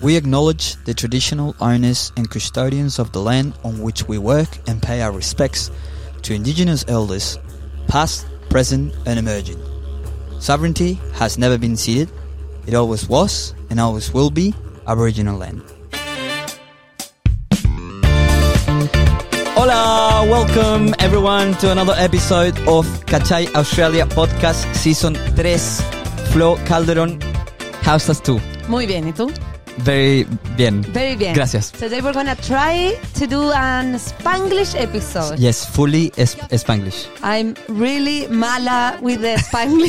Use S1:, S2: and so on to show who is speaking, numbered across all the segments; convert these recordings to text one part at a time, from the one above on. S1: We acknowledge the traditional owners and custodians of the land on which we work and pay our respects to Indigenous elders, past, present, and emerging. Sovereignty has never been ceded, it always was and always will be Aboriginal land. Hola, welcome everyone to another episode of Kachai Australia Podcast Season 3. Flo Calderon, how estás tú?
S2: Muy bien, ¿y tú?
S1: Very bien.
S2: Very bien.
S1: Gracias.
S2: So today we're gonna try to do an Spanglish episode.
S1: Yes, fully es- Spanglish.
S2: I'm really mala with the Spanglish.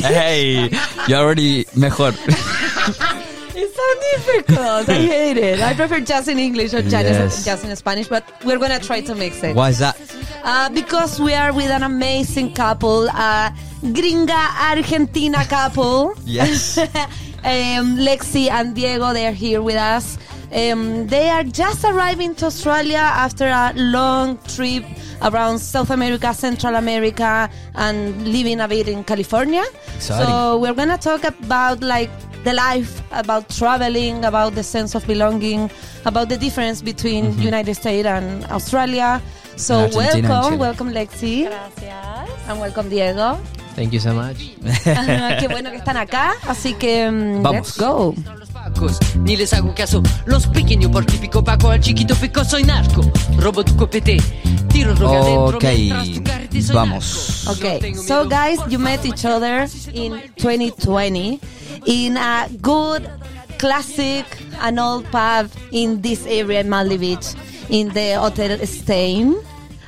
S1: Hey, you're already mejor.
S2: it's so difficult. I hate it. I prefer just in English or just,
S1: Yes.
S2: just in Spanish, but we're gonna try to mix it.
S1: Why is that?
S2: Uh, because we are with an amazing couple, uh, gringa Argentina couple.
S1: Yes.
S2: um, Lexi and Diego, they are here with us. Um, they are just arriving to Australia after a long trip around South America, Central America, and living a bit in California.
S1: Exciting.
S2: So we're gonna talk about like the life, about traveling, about the sense of belonging, about the difference between United States and Australia. So
S1: Argentina Mm-hmm. and Chile.
S2: welcome, welcome Lexi,
S3: Gracias.
S2: and welcome Diego.
S4: Thank you so much.
S2: Qué bueno que están acá, así que mm,
S1: Vamos.
S2: let's go.
S5: Son los pacos, ni les hago caso. Los pequeños por típico paco al chiquito pico soy narco. Robo tu copete, tiro droga dentro
S1: Ok,
S5: mientras tu carrete soy
S1: vamos.
S5: narco. Yo
S2: Okay,
S5: tengo
S2: so
S5: miedo,
S2: guys,
S5: por
S2: you
S5: favor,
S2: met each other in 2020 in a good, classic, and old pub in this area in Maldi Beach, in the Hotel Stein.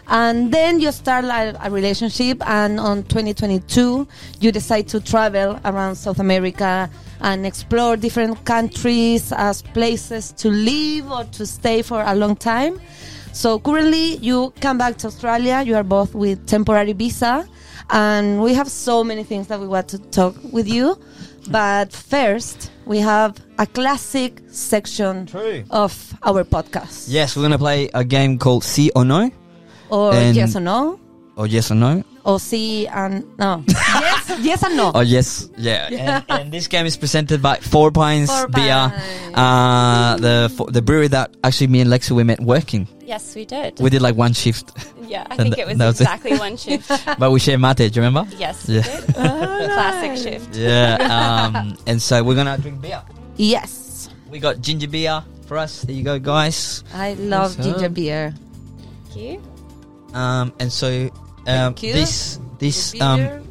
S2: And then you start like, a relationship, and on 2022, you decide to travel around South America and explore different countries as places to live or to stay for a long time. So currently, you come back to Australia. You are both with temporary visa, and we have so many things that we want to talk with you. But first, we have a classic section of our podcast,
S1: Yes, we're gonna play a game called See or No,
S2: or
S1: And-
S2: yes or no,
S1: or Yes or No,
S2: or see and no, yes, yes and no.
S1: or Yes. Yeah. And, and this game is presented by Four Pines
S2: Four
S1: Beer,
S2: Pines.
S1: uh, the fo- the brewery that actually me and Lexi we met working.
S3: Yes, we did.
S1: We did like one shift,
S3: yeah, I
S1: And
S3: think
S1: th-
S3: it was
S1: that was it.
S3: exactly one shift.
S1: but we share mate. Do you remember?
S3: Yes,
S1: Yeah.
S3: we did. Classic shift.
S1: Yeah. Um, and so we're gonna drink beer.
S2: Yes,
S1: We got ginger beer for us. There you go, guys.
S2: I love
S4: Awesome.
S1: uh,
S2: ginger beer.
S3: Thank you.
S1: Um, and so um,
S2: Thank you.
S1: this this um,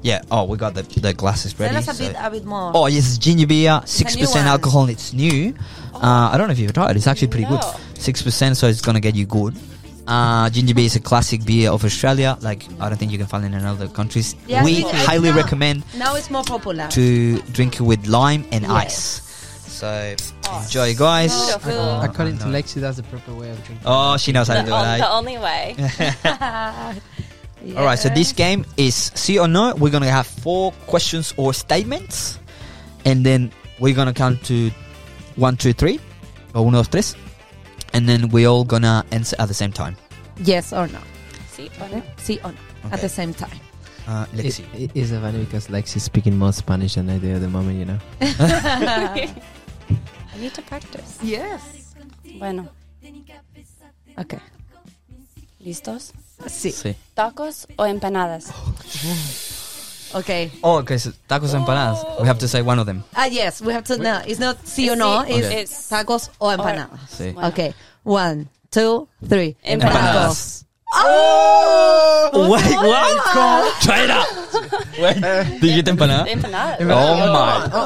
S1: yeah. Oh, we got the the glasses ready.
S2: Tell us a
S1: so-
S2: bit, a bit more.
S1: Oh yes, it's ginger beer, six percent
S2: one.
S1: alcohol, and it's new.
S2: Oh.
S1: Uh, I don't know if you've tried it. It's actually pretty
S3: No.
S1: good, six percent. So it's gonna get you good. Uh, ginger beer is a classic beer of Australia. Like I don't think you can find it in other countries.
S2: Yeah,
S1: we
S2: it's- it's
S1: highly
S2: now-
S1: recommend
S2: Now it's more popular.
S1: to drink it with lime and
S2: Yes. Oh,
S1: ice. So enjoy, guys.
S3: so good.
S1: Uh,
S4: I According to
S1: know.
S4: Lexi, that's the proper way of drinking.
S1: Oh, she knows how to
S3: The,
S1: do
S3: on-
S1: it. eh?
S3: the only way.
S1: All right, so this game is see or no. We're gonna have four questions or statements, and then we're gonna count to one, two, three, or uno, dos, tres, and then we all gonna answer at the same time.
S2: yes or no,
S3: See, or no.
S2: see or no, at
S1: Okay.
S2: the same time.
S1: Uh, let's
S4: It,
S1: see.
S4: it is funny because Lexi's speaking more Spanish than I do at the moment, you know.
S3: I need to practice.
S2: Yes.
S3: Bueno,
S2: Okay.
S3: listos.
S2: Sí.
S1: See.
S3: Tacos o empanadas.
S2: Okay.
S1: Oh, okay. So tacos and empanadas. We have to say one of them.
S2: Ah, yes, we have to know. It's not sí o
S3: Sí.
S2: no, it's
S3: Okay.
S2: tacos o empanadas.
S1: See.
S3: Bueno.
S2: Okay, one, two, three.
S3: Empanadas.
S1: Oh! Wait, what? Try it out. Wait, did you get empanada?
S3: Empanadas.
S1: Oh my!
S4: Oh,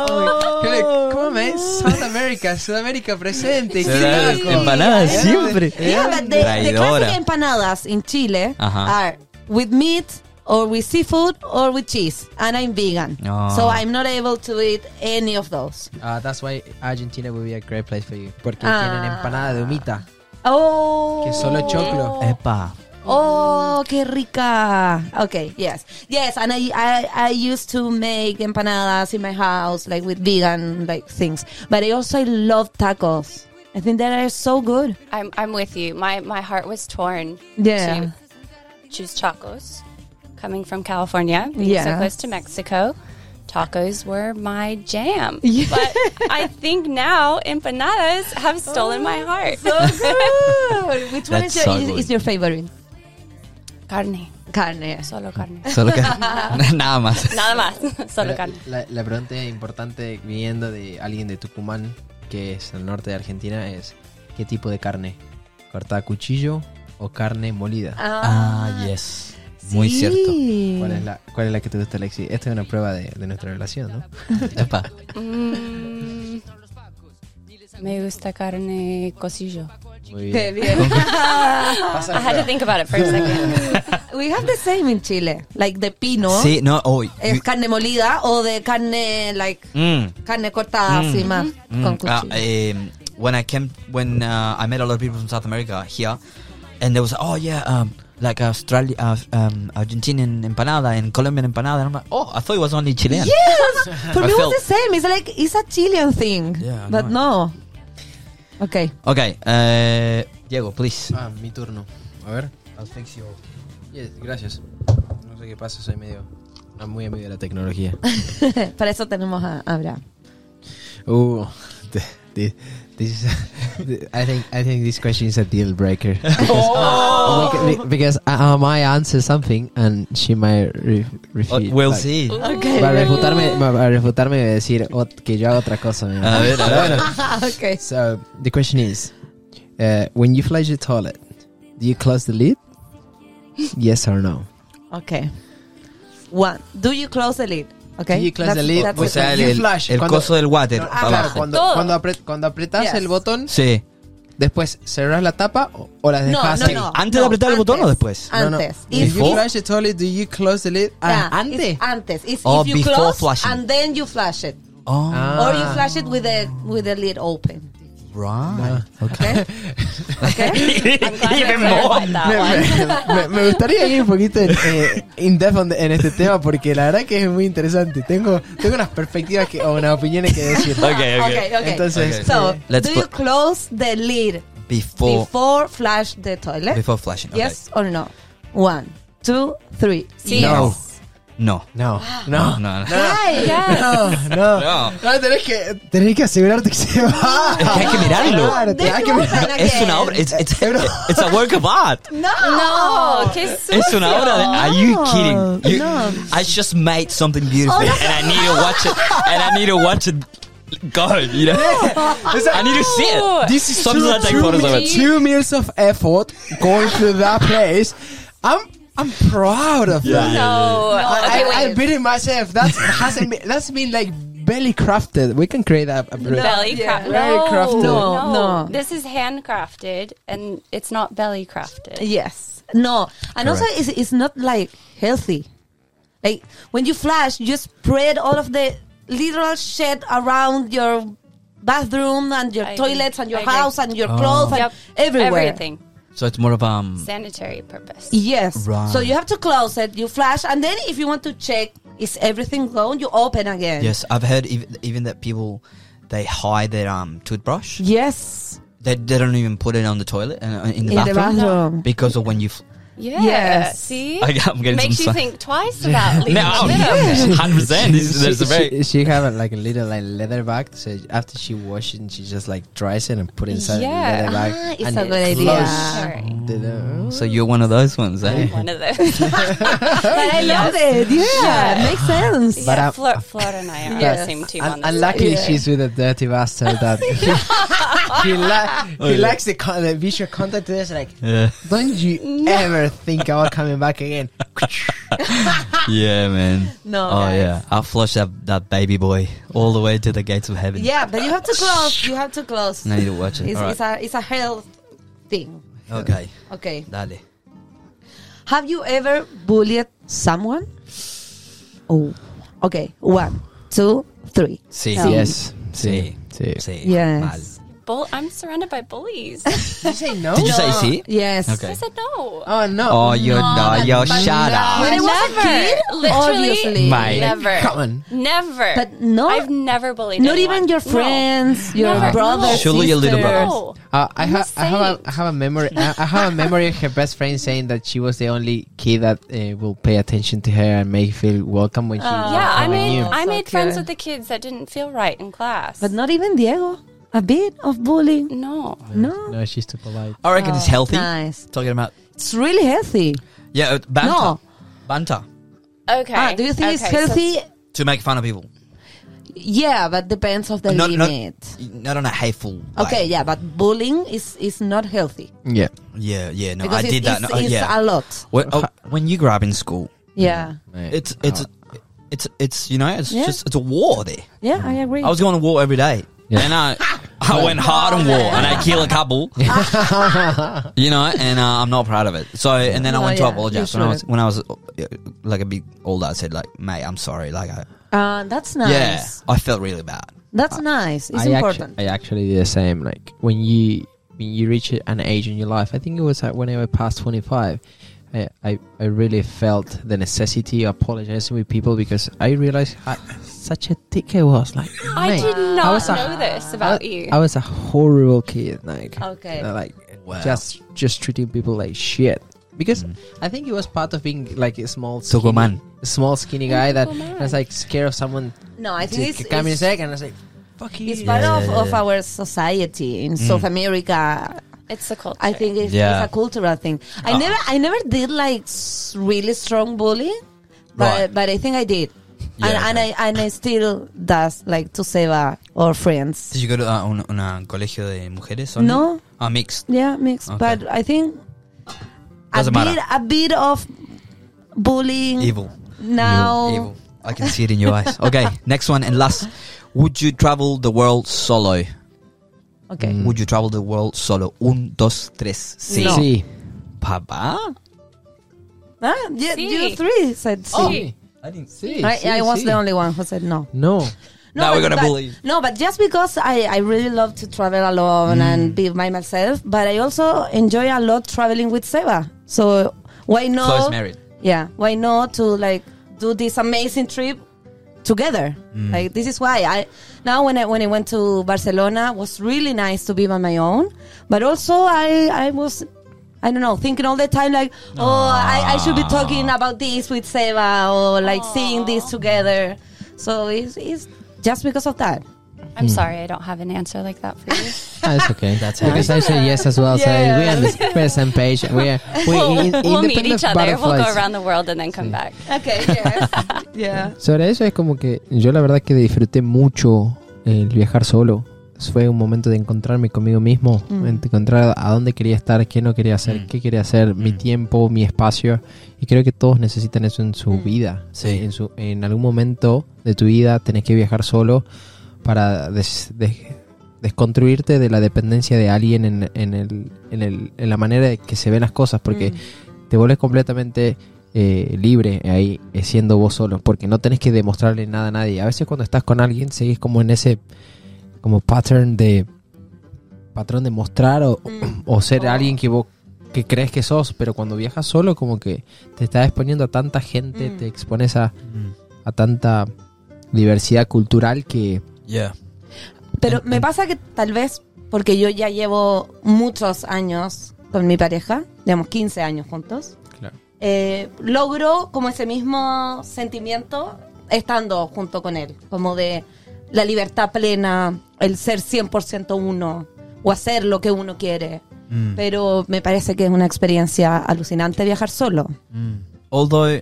S4: ¿Cómo me? South America, Sudamérica presente.
S1: Será Empanada siempre.
S2: Yeah, but the, the
S1: Traidora.
S2: classic empanadas in Chile
S1: Ajá.
S2: are with meat or with seafood or with cheese, and I'm vegan,
S1: Oh.
S2: so I'm not able to eat any of those.
S4: Uh, that's why Argentina would be a great place for you. Porque
S2: Ah.
S4: tienen empanada de humita.
S2: Oh,
S4: Que solo choclo.
S1: Epa.
S2: Oh, qué rica. Okay, yes. Yes, and I, I I used to make empanadas in my house like with vegan like things, but I also love tacos. I think they are so good.
S3: I'm, I'm with you. My, my heart was torn.
S2: Yeah.
S3: To choose tacos, coming from California, being
S2: Yeah.
S3: so close to Mexico, tacos were my jam. But I think now empanadas have stolen my heart.
S2: Oh, Good. Which one
S1: That's
S2: is your,
S1: so
S2: is,
S1: good.
S2: is your favorite?
S3: Carne,
S2: Carne.
S3: solo carne.
S1: Solo que. Nada más.
S3: Nada más, solo
S4: La,
S3: carne.
S4: la- la pregunta importante viniendo de alguien de Tucumán, que es el norte de Argentina, es ¿qué tipo de carne? ¿Cortada a cuchillo o carne molida?
S1: Ah, yes. Muy cierto.
S4: ¿Cuál es, la, ¿Cuál es la que te gusta, Alexi? Esta es una prueba de, de nuestra relación, ¿no?
S1: Epa.
S3: Mm, me gusta carne cosillo.
S4: Muy
S2: Qué
S4: bien.
S2: bien.
S4: Pasa
S3: Ah, I
S4: la
S3: had to
S4: prueba.
S3: think about it for a second.
S2: we have the same in Chile, like the pino.
S1: Sí, no, oh, hoy.
S2: Es carne molida o de carne like
S1: Mm.
S2: carne cortada así más
S1: Mm,
S2: con
S1: uh,
S2: cuchillo.
S1: um, when I came, when uh, I met a lot of people from South America here, and there was, oh yeah, um, like Australia, uh, um, Argentinian empanada and Colombian empanada, and I'm like, oh, I thought it was only Chilean.
S2: yes, for
S1: I
S2: me it
S1: felt-
S2: was the same. It's like it's a Chilean thing,
S1: Yeah, I
S2: but no. Okay,
S1: Okay, uh, Diego, please.
S4: Ah, mi turno. A ver. Yes, gracias. No sé qué pasa, soy medio... no, muy amigo de la tecnología.
S2: para eso tenemos a a Abraham.
S4: Uh, th- th- this is, I think I think this question is a deal breaker because, oh, beca- be- because uh, I, I might answer something and she might re-
S1: Oh,
S4: refute.
S1: we'll
S4: back.
S1: see.
S2: Okay,
S4: Para refutarme, para refutarme y decir ot- que yo hago otra cosa. mira.
S1: A ver, a ver.
S4: Bueno,
S2: okay.
S4: So the question is, uh, when you flush the toilet, do you close the lid? yes or no?
S2: Okay. One. Do you close the lid? Okay.
S4: Do you close
S2: That's-
S4: the lid?
S2: that's
S1: O
S4: Pues,
S2: the
S1: sea, el,
S2: question.
S4: You
S1: el-
S4: flash,
S1: el
S4: cuando-
S1: coso del water
S4: Ah,
S1: para
S4: claro,
S1: abajo.
S4: cuando,
S3: Todo.
S4: cuando, apre- cuando apretas
S2: Yes.
S4: el botón,
S1: Sí.
S4: después cerras la tapa o, o las
S2: No,
S4: dejas
S2: no,
S4: así.
S2: no.
S1: ¿Antes de
S2: No,
S1: apretar el botón o después?
S4: No, no.
S2: Antes.
S4: If
S2: If
S4: you
S1: Before?
S4: flush the toilet, do you close the lid? Ah,
S2: Yeah,
S4: antes.
S2: It's antes. It's
S1: Oh,
S2: if you
S1: before
S2: close
S1: flashing.
S2: and then you flash it,
S1: Oh,
S4: Ah.
S2: or you flash it with the with the lid open.
S1: right.
S2: Okay. okay.
S3: I'm glad we clarified that one.
S4: Me, me- me gustaría ir un poquito en, eh, in depth on the- en este tema porque la verdad que es muy interesante. Tengo, tengo unas perspectivas que, o unas opiniones que decir.
S1: Okay, okay.
S2: okay. Okay.
S4: Entonces, eh,
S1: Okay.
S2: so,
S1: Let's
S2: do you
S1: put-
S2: close the lid
S1: Before, before,
S2: before flush the toilet?
S1: flashing. Okay.
S2: Yes or no? One, two, three.
S3: Sí.
S1: No.
S2: Yes.
S1: No.
S4: No, no,
S1: No, no.
S2: Why?
S4: no, no.
S1: No.
S4: No, tenés que, tenés que asegurarte que se va.
S1: Es que hay que mirarlo.
S4: Claro, te- hay que
S2: No.
S4: mirar-
S1: No, es una obra. It's, it's, it's a work of art.
S2: No.
S3: No, qué sucio.
S1: Es una obra de. Are you kidding? You-
S2: No.
S1: I just made something beautiful and I need to watch it. And I need to watch it go, you know? I need to see it.
S4: This is
S1: something
S4: two,
S1: I take
S4: two,
S1: photos of
S4: mi-
S1: it.
S4: two minutes of effort going to that place. I'm I'm proud of that.
S3: No.
S4: I,
S3: Okay,
S4: I, I
S3: wait.
S4: beat it myself. That's hasn't been, that's been like belly crafted. We can create a, a brew.
S3: belly
S2: yeah.
S3: crafted.
S4: Very crafted.
S2: No, no.
S3: This is handcrafted and it's not belly crafted.
S2: Yes. No. And also,
S1: Correct.
S2: it's, it's not like healthy. Like when you flash, you spread all of the literal shit around your bathroom and your
S3: I agree.
S2: toilets and your
S3: I agree.
S2: house and
S1: Ah.
S2: your clothes and
S3: Yep.
S2: everywhere.
S3: Everything.
S1: So it's more of um.
S3: Sanitary purpose.
S2: Yes.
S1: Right.
S2: So you have to close it, you flash, and then if you want to check, is everything gone? You open again.
S1: Yes, I've heard even, even that people they hide their um toothbrush.
S2: Yes.
S1: They, they don't even put it on the toilet and uh, in the
S2: In the
S1: bathroom
S2: bathroom.
S1: because of when you. F-
S3: Yeah.
S2: Yes.
S3: See?
S1: I, I'm getting
S3: Makes you
S1: some.
S3: think twice about leaving
S1: No,
S3: the middle.
S1: hundred percent. There's
S4: she,
S1: a very.
S4: she, she have a, like a little like leather bag. So after she washes, it, she just like dries it and put it inside
S3: Yeah.
S4: the leather bag.
S2: Ah, it's
S4: and
S2: a
S4: it
S2: good
S4: close
S3: idea.
S4: the- the-
S1: So you're one of those ones, eh?
S3: One of those.
S2: But I love it. Yeah. Makes sense.
S4: But
S3: yeah,
S4: I'm-
S3: Fleur, Fleur and I are on the
S2: uh, Yes.
S3: same team on
S4: And,
S3: this.
S4: and luckily,
S2: Yeah.
S4: she's with a dirty bastard that he, li- he
S1: Oh, yeah.
S4: likes the, con- the visual contact. Is like,
S1: Yeah,
S4: don't you ever think about coming back again?
S1: yeah, man.
S2: No,
S1: Oh
S2: guys.
S1: yeah, I'll flush that that baby boy all the way to the gates of heaven.
S2: Yeah, but you have to close. You have to close.
S1: And I need to watch it.
S2: It's,
S1: All
S2: it's a it's a health thing.
S1: right. Okay,
S2: Okay.
S1: dale.
S2: Have you ever bullied someone? Oh. Okay. One, two, three.
S1: Sí.
S2: No.
S4: Yes.
S1: Sí.
S4: Sí.
S1: Sí.
S2: Yes.
S1: Mal.
S3: bull. I'm surrounded by bullies.
S4: Did you say no?
S2: Oh.
S1: Did you say see?
S2: Yes.
S3: I said no.
S4: Oh no!
S1: Oh, you're not. You're
S4: but
S1: shut
S4: no.
S1: up.
S2: When I was a
S3: never.
S2: kid,
S3: Literally,
S2: obviously.
S1: Mate.
S3: never.
S4: Come on.
S3: Never.
S2: But no-
S3: I've never bullied.
S2: Not even
S3: anyone.
S2: your
S3: No.
S2: friends, your
S3: Never.
S2: brothers.
S1: Surely your little
S2: sisters.
S1: brothers.
S3: No.
S4: Uh, I,
S3: I'm
S4: ha-
S3: just
S4: I have
S3: saying.
S4: a, I have a memory. I, I have a memory of her best friend saying that she was the only kid that uh, will pay attention to her and make feel welcome when she.
S3: Uh, Yeah, I
S4: when
S3: made
S4: you.
S3: I
S2: So
S3: made friends
S2: cute.
S3: with the kids that didn't feel right in class.
S2: But not even Diego. A bit of bullying.
S3: no.
S2: No.
S4: No, she's too polite.
S1: I reckon it's healthy.
S2: Oh, Nice.
S1: Talking about
S2: It's really healthy.
S1: yeah, uh, banter,
S2: No.
S1: banter
S3: Okay.
S2: Ah, do you think it's
S3: Okay, so-
S2: healthy?
S1: to make fun of people,
S2: yeah, but depends of the
S1: not not,
S2: limit.
S1: not on a hateful. Way.
S2: okay, yeah, but bullying is is not healthy
S4: Yeah.
S1: yeah, yeah. No,
S2: because
S1: I
S2: it-
S1: did that.
S2: it's,
S1: No, uh,
S2: it's
S1: yeah,
S2: a lot.
S1: when, oh, when you grow up in school,
S2: Yeah,
S1: it's it's it's it's you know it's
S2: Yeah.
S1: just it's a war there.
S2: yeah, I agree.
S1: I was going to war every day.
S4: Yeah.
S1: And I, I went hard on war and I kill a couple, you know, and uh, I'm not proud of it. So, and then I
S2: No,
S1: went
S2: yeah,
S1: to apologize
S2: you
S1: when I was
S2: shouldn't.
S1: when I was uh, like a big older. I said like, mate, I'm sorry. Like, I,
S2: uh, that's nice.
S1: yeah, I felt really bad.
S2: That's nice. It's
S4: I actu-
S2: important.
S4: I actually did the same. Like when you when you reach an age in your life, I think it was like when I was past twenty five. I, I, I really felt the necessity of apologizing with people because I realized how such a dick I was. Like
S3: I
S4: mate,
S3: did
S4: I
S3: not
S4: was a-
S3: know this about you.
S4: I was a horrible kid, like
S2: Okay.
S4: uh, like
S1: Wow.
S4: just just treating people like shit. Because I think it was part of being like a small skinny,
S1: Tucumán.
S4: small skinny guy that
S3: Tucumán.
S4: I was like scared of someone
S2: no, I
S4: to
S2: think it's,
S4: come in a
S2: it's,
S4: second. I was like, fuck you.
S2: it's part
S1: Yeah,
S2: of,
S1: yeah,
S2: of
S1: yeah. Mm.
S2: our society in South America.
S3: it's the culture.
S2: I think it's,
S1: Yeah.
S2: it's a cultural thing. I
S1: Ah.
S2: never, I never did like s- really strong bullying, but
S1: Right.
S2: but I think I did,
S1: Yeah,
S2: and, and I and I still does like to save uh, our friends.
S1: Did you go to uh, un, una colegio de mujeres? only?
S2: No,
S1: Ah, mixed.
S2: yeah, mixed,
S1: Okay.
S2: but I think a
S1: Doesn't matter.
S2: bit, a bit of bullying
S1: Evil.
S2: now.
S1: Evil. I can see it in your eyes. Okay, next one and last. Would you travel the world solo?
S2: Okay,
S1: Would you travel the world solo? Un, dos, tres. Sí.
S2: No.
S4: See.
S1: Papa?
S2: ah, yeah,
S3: Sí.
S2: you three said sí.
S4: See.
S1: I didn't see.
S4: See,
S2: Oh. I,
S4: see,
S2: I was
S4: see.
S2: the only one who said no.
S4: No.
S1: Now we're
S2: but-
S1: gonna
S2: but-
S1: bully.
S2: No, but just because I, I really love to travel alone
S1: Mm.
S2: and be by myself, but I also enjoy a lot traveling with Seba. So why not?
S1: Close married.
S2: Yeah, why not to like do this amazing trip together? Like this is why I now when I when I went to Barcelona was really nice to be by my own, but also I I was. I don't know, thinking all the time like, oh, I, I should be talking about this with Seba or like seeing this together. So it's, it's just because of that.
S3: I'm sorry, I don't have an answer like that for you.
S4: That's Ah, okay. That's
S1: okay.
S4: because I said yes as well. So we are on the very same page. We are we
S3: we'll,
S4: in,
S3: we'll meet
S4: independent
S3: each other. We'll go
S4: butterflies.
S3: around the world and then come back.
S2: Okay, yes. yeah.
S4: Sobre eso es como que yo la verdad que disfruté mucho el viajar solo. Fue un momento de encontrarme conmigo mismo, de encontrar a dónde quería estar, qué no quería hacer,
S1: Mm.
S4: qué quería hacer, mi
S1: Mm.
S4: tiempo, mi espacio. Y creo que todos necesitan eso en su vida.
S1: Sí.
S4: En, su, en algún momento de tu vida tenés que viajar solo para des- des- desconstruirte de la dependencia de alguien en, en el- en el- en la manera de que se ven las cosas,
S2: Mm.
S4: porque te vuelves completamente eh, libre ahí eh, siendo vos solo, porque no tenés que demostrarle nada a nadie. A veces cuando estás con alguien seguís como en ese como pattern de patrón de mostrar o, o ser alguien que vos que crees que sos, pero cuando viajas solo como que te estás exponiendo a tanta gente,
S2: Mm.
S4: te expones a, a tanta diversidad cultural que
S1: Yeah.
S2: Pero me pasa que tal vez porque yo ya llevo muchos años con mi pareja, digamos 15 años juntos, eh, logro como ese mismo sentimiento estando junto con él, como de la libertad plena, el ser 100% uno o hacer lo que uno quiere.
S1: Mm.
S2: Pero me parece que es una experiencia alucinante viajar solo.
S1: Although,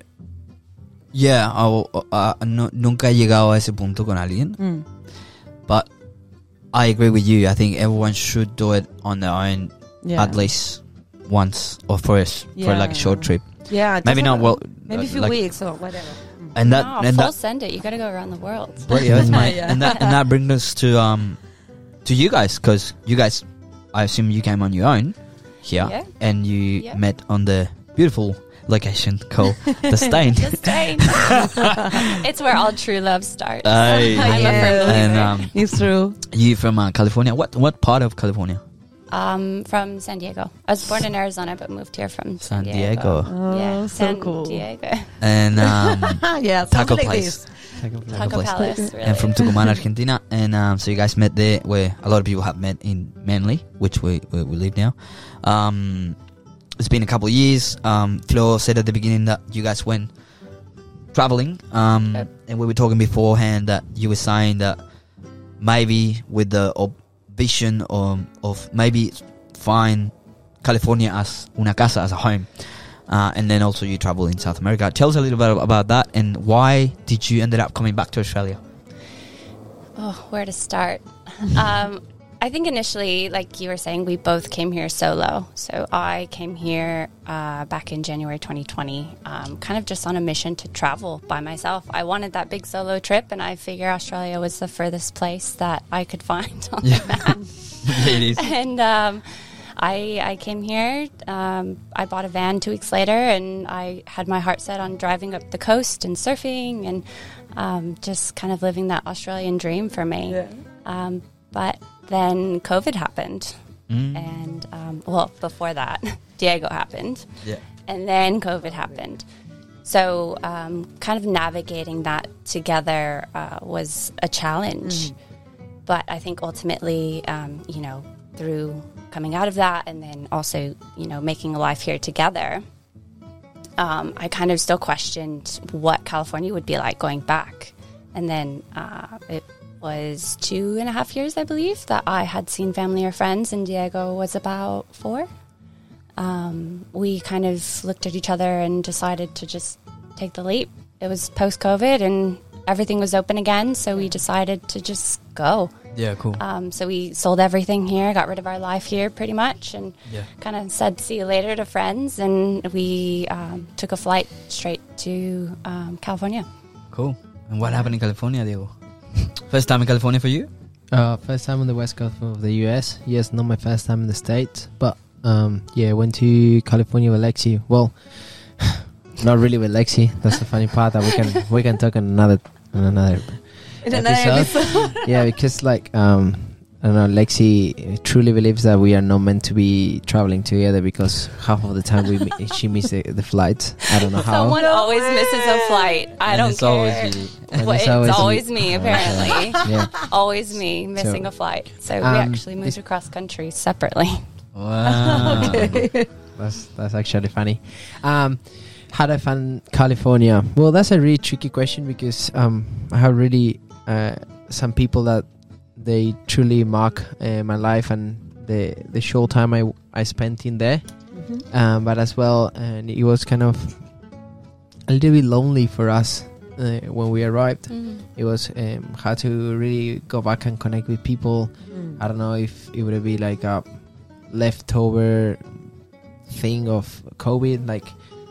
S1: yeah, I will- uh, no- nunca he llegado a ese punto con alguien,
S2: Mm.
S1: but I agree with you. I think everyone should do it on their own
S2: Yeah.
S1: at least once or first for like a short
S2: Yeah.
S1: trip.
S2: Yeah,
S1: Maybe
S2: just
S1: not
S2: a-
S1: well.
S2: Maybe a
S1: uh,
S2: few
S1: like-
S2: weeks or whatever.
S1: And that
S3: No,
S1: and
S3: full
S1: that
S3: send it. You got to go around the world.
S1: Well, yeah, that's my,
S2: Yeah.
S1: and that and that brings us to um to you guys because you guys, I assume you came on your own here
S3: Yeah.
S1: and you
S3: Yeah.
S1: met on the beautiful location called the Stain.
S3: The stain. it's where all true love starts.
S1: Aye.
S3: I'm
S2: Yeah.
S3: a firm believer.
S1: and um,
S2: It's true.
S1: you from uh, California? What what part of California?
S3: Um, from San Diego. I was born in Arizona, but moved here from
S1: San
S3: San
S1: Diego.
S3: Diego.
S2: Oh,
S3: yeah,
S2: so
S3: San
S2: cool.
S3: Diego.
S1: And um,
S2: Ah, yeah,
S1: taco
S2: something like
S1: place.
S2: this.
S3: Taco Palace. Really.
S1: And from Tucumán, Argentina. And um, so you guys met there, where a lot of people have met in Manly, which we we, we live now. Um, it's been a couple of years. Um, Flo said at the beginning that you guys went traveling, um,
S3: Yep.
S1: and we were talking beforehand that you were saying that maybe with the ob- vision um, of maybe find California as una casa as a home. Uh, and then also you travel in South America. Tell us a little bit about that and why did you ended up coming back to Australia?
S3: Oh, where to start? um, I think initially, like you were saying, we both came here solo. So I came here uh, back in January 2020, um, kind of just on a mission to travel by myself. I wanted that big solo trip, and I figure Australia was the furthest place that I could find on the map.
S1: it is.
S3: and um, I, I came here. Um, I bought a van two weeks later, and I had my heart set on driving up the coast and surfing and um, just kind of living that Australian dream for me. Um, but then COVID happened, and um, well, before that, Diego happened,
S1: Yeah.
S3: and then COVID happened. So, um, kind of navigating that together uh, was a challenge but I think ultimately, um, you know, through coming out of that and then also, you know, making a life here together, um, I kind of still questioned what California would be like going back. And then uh, it was two and a half years, I believe, that I had seen family or friends, and Diego was about four. Um, we kind of looked at each other and decided to just take the leap. It was post COVID and everything was open again, so we decided to just go.
S1: Yeah, cool.
S3: Um, so we sold everything here, got rid of our life here pretty much, and
S1: Yeah.
S3: kind of said see you later to friends. And we um, took a flight straight to um, California.
S1: Cool. And what happened in California, Diego? First time in California for you?
S4: Uh, first time on the west coast of the US. Yes, not my first time in the States, but um, yeah, went to California with Lexi. Well, not really with Lexi. That's the funny part that we can we can talk on another on another
S2: In another episode.
S4: yeah, because like um, I don't know, Lexi truly believes that we are not meant to be traveling together because half of the time we mi- she misses the, the flight. I don't know how.
S3: Someone always misses a flight. I
S1: And
S3: don't
S1: it's
S3: care.
S1: always you.
S4: And
S3: Well,
S4: it's
S3: it's
S4: always
S3: always,
S4: me.
S3: me,
S4: Oh,
S3: apparently.
S4: yeah.
S3: always me missing
S4: So,
S3: a flight. So we
S4: um,
S3: actually
S4: this-
S3: moved across country separately.
S1: Wow.
S4: That's that's actually funny. Um, how did I find California? Well, that's a really tricky question because um, I have really uh, some people that they truly mark uh, my life and the the short time I I spent in there. Um, but as well, and it was kind of a little bit lonely for us uh, when we arrived.
S3: Mm-hmm.
S4: It was um, how to really go back and connect with people.
S2: Mm-hmm.
S4: I don't know if it would be like a leftover thing of COVID, like,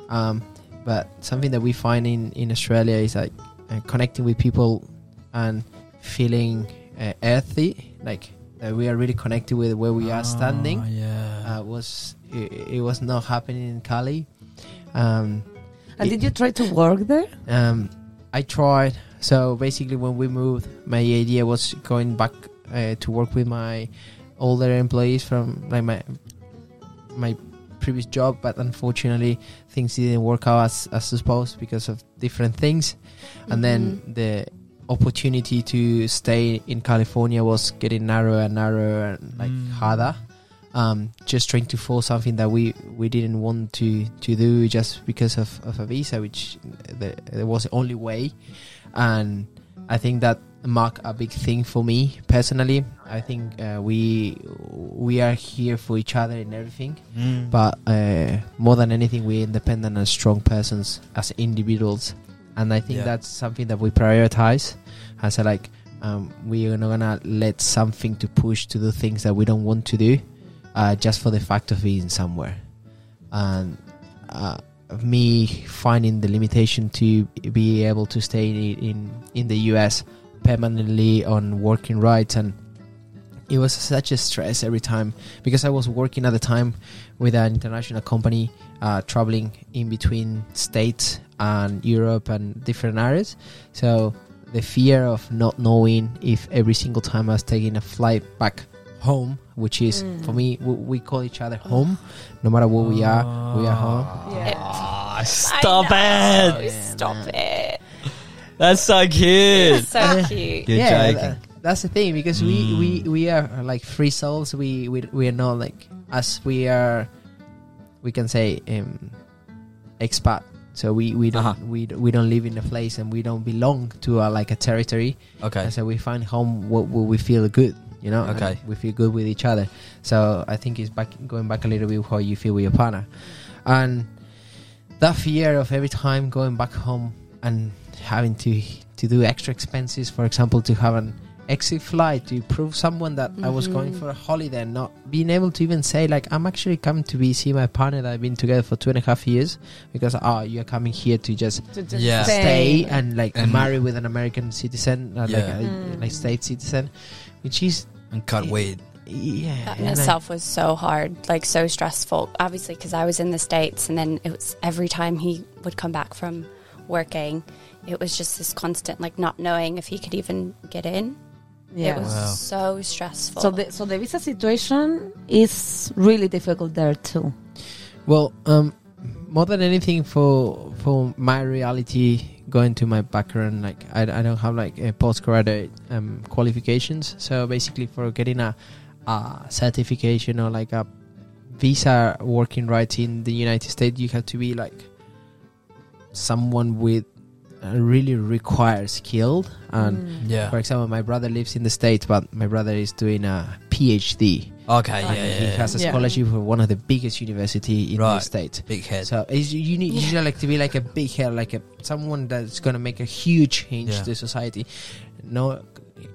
S4: um, but something that we find in, in Australia is like uh, connecting with people and feeling uh, earthy, like that we are really connected with where we are standing
S1: Ah, Oh, yeah.
S4: uh, was it, it was not happening in Cali. Um,
S2: And did you try to work there?
S4: um, I tried. So basically, when we moved, my idea was going back uh, to work with my older employees from like my my previous job, but unfortunately, things didn't work out as as supposed because of different things, and then
S3: Mm-hmm.
S4: the opportunity to stay in California was getting narrower and narrower and like
S1: Mm.
S4: harder. Um, just trying to force something that we, we didn't want to, to do just because of, of a visa, which the, it was the only way. And I think that marked a big thing for me personally. I think uh, we we are here for each other in everything,
S1: Mm.
S4: but uh, more than anything, we're independent and strong persons as individuals, and I think
S1: Yeah.
S4: that's something that we prioritize. As a like, um, we are not gonna let something to push to do things that we don't want to do, uh, just for the fact of being somewhere, and. Uh, me finding the limitation to be able to stay in in the US permanently on working rights and it was such a stress every time because I was working at the time with an international company, uh, traveling in between states and Europe and different areas. So the fear of not knowing if every single time I was taking a flight back home, which is for me, we, we call each other home, no matter where we are, we are home.
S1: Ah, stop it!
S3: Stop it.
S1: That's so cute.
S3: So cute.
S1: You're
S4: yeah,
S1: joking. Mm.
S4: tha- that's the thing because we, we we are uh, like free souls. We we we are not like as we are. We can say um, expat. So we we don't
S1: Uh-huh.
S4: we d- we don't live in a place and we don't belong to a, like a territory.
S1: okay.
S4: And so we find home where, where we feel good. You know, and
S1: Okay.
S4: we feel good with each other. So I think it's back going back a little bit how you feel with your partner, and that fear of every time going back home and having to to do extra expenses, for example, to have an exit flight to prove someone that I was going
S3: Mhm.
S4: for a holiday and not being able to even say like I'm actually coming to be see my partner that I've been together for two and a half years because oh you're coming here to just
S1: Yeah.
S4: stay and like
S1: And-
S4: marry with an American citizen, uh, like
S1: Yeah.
S4: a
S2: Mm.
S4: like state citizen, which is
S1: And cut weed.
S4: yeah.
S3: That in
S4: and, like,
S3: itself was so hard, like so stressful. Obviously, because I was in the States, and then it was every time he would come back from working, it was just this constant, like not knowing if he could even get in. It was
S1: Wow.
S3: so stressful.
S2: So the so the visa situation is really difficult there too.
S4: Well, um, more than anything for for my reality, going to my background, like I, I don't have like a postgraduate um, qualifications. So basically, for getting a, a certification or like a visa working right in the United States, you have to be like someone with a really required skill
S3: Mm.
S4: and.
S2: Mm.
S1: Yeah.
S4: For example, my brother lives in the States, but my brother is doing a PhD.
S1: Okay. Yeah.
S4: and he
S1: yeah, yeah.
S4: has a
S2: Yeah.
S4: scholarship for one of the biggest university in the
S1: Right.
S4: States.
S1: Big head.
S4: So it's, you need you need like to be like a big head, like a someone that's gonna make a huge change
S1: Yeah.
S4: to society. No,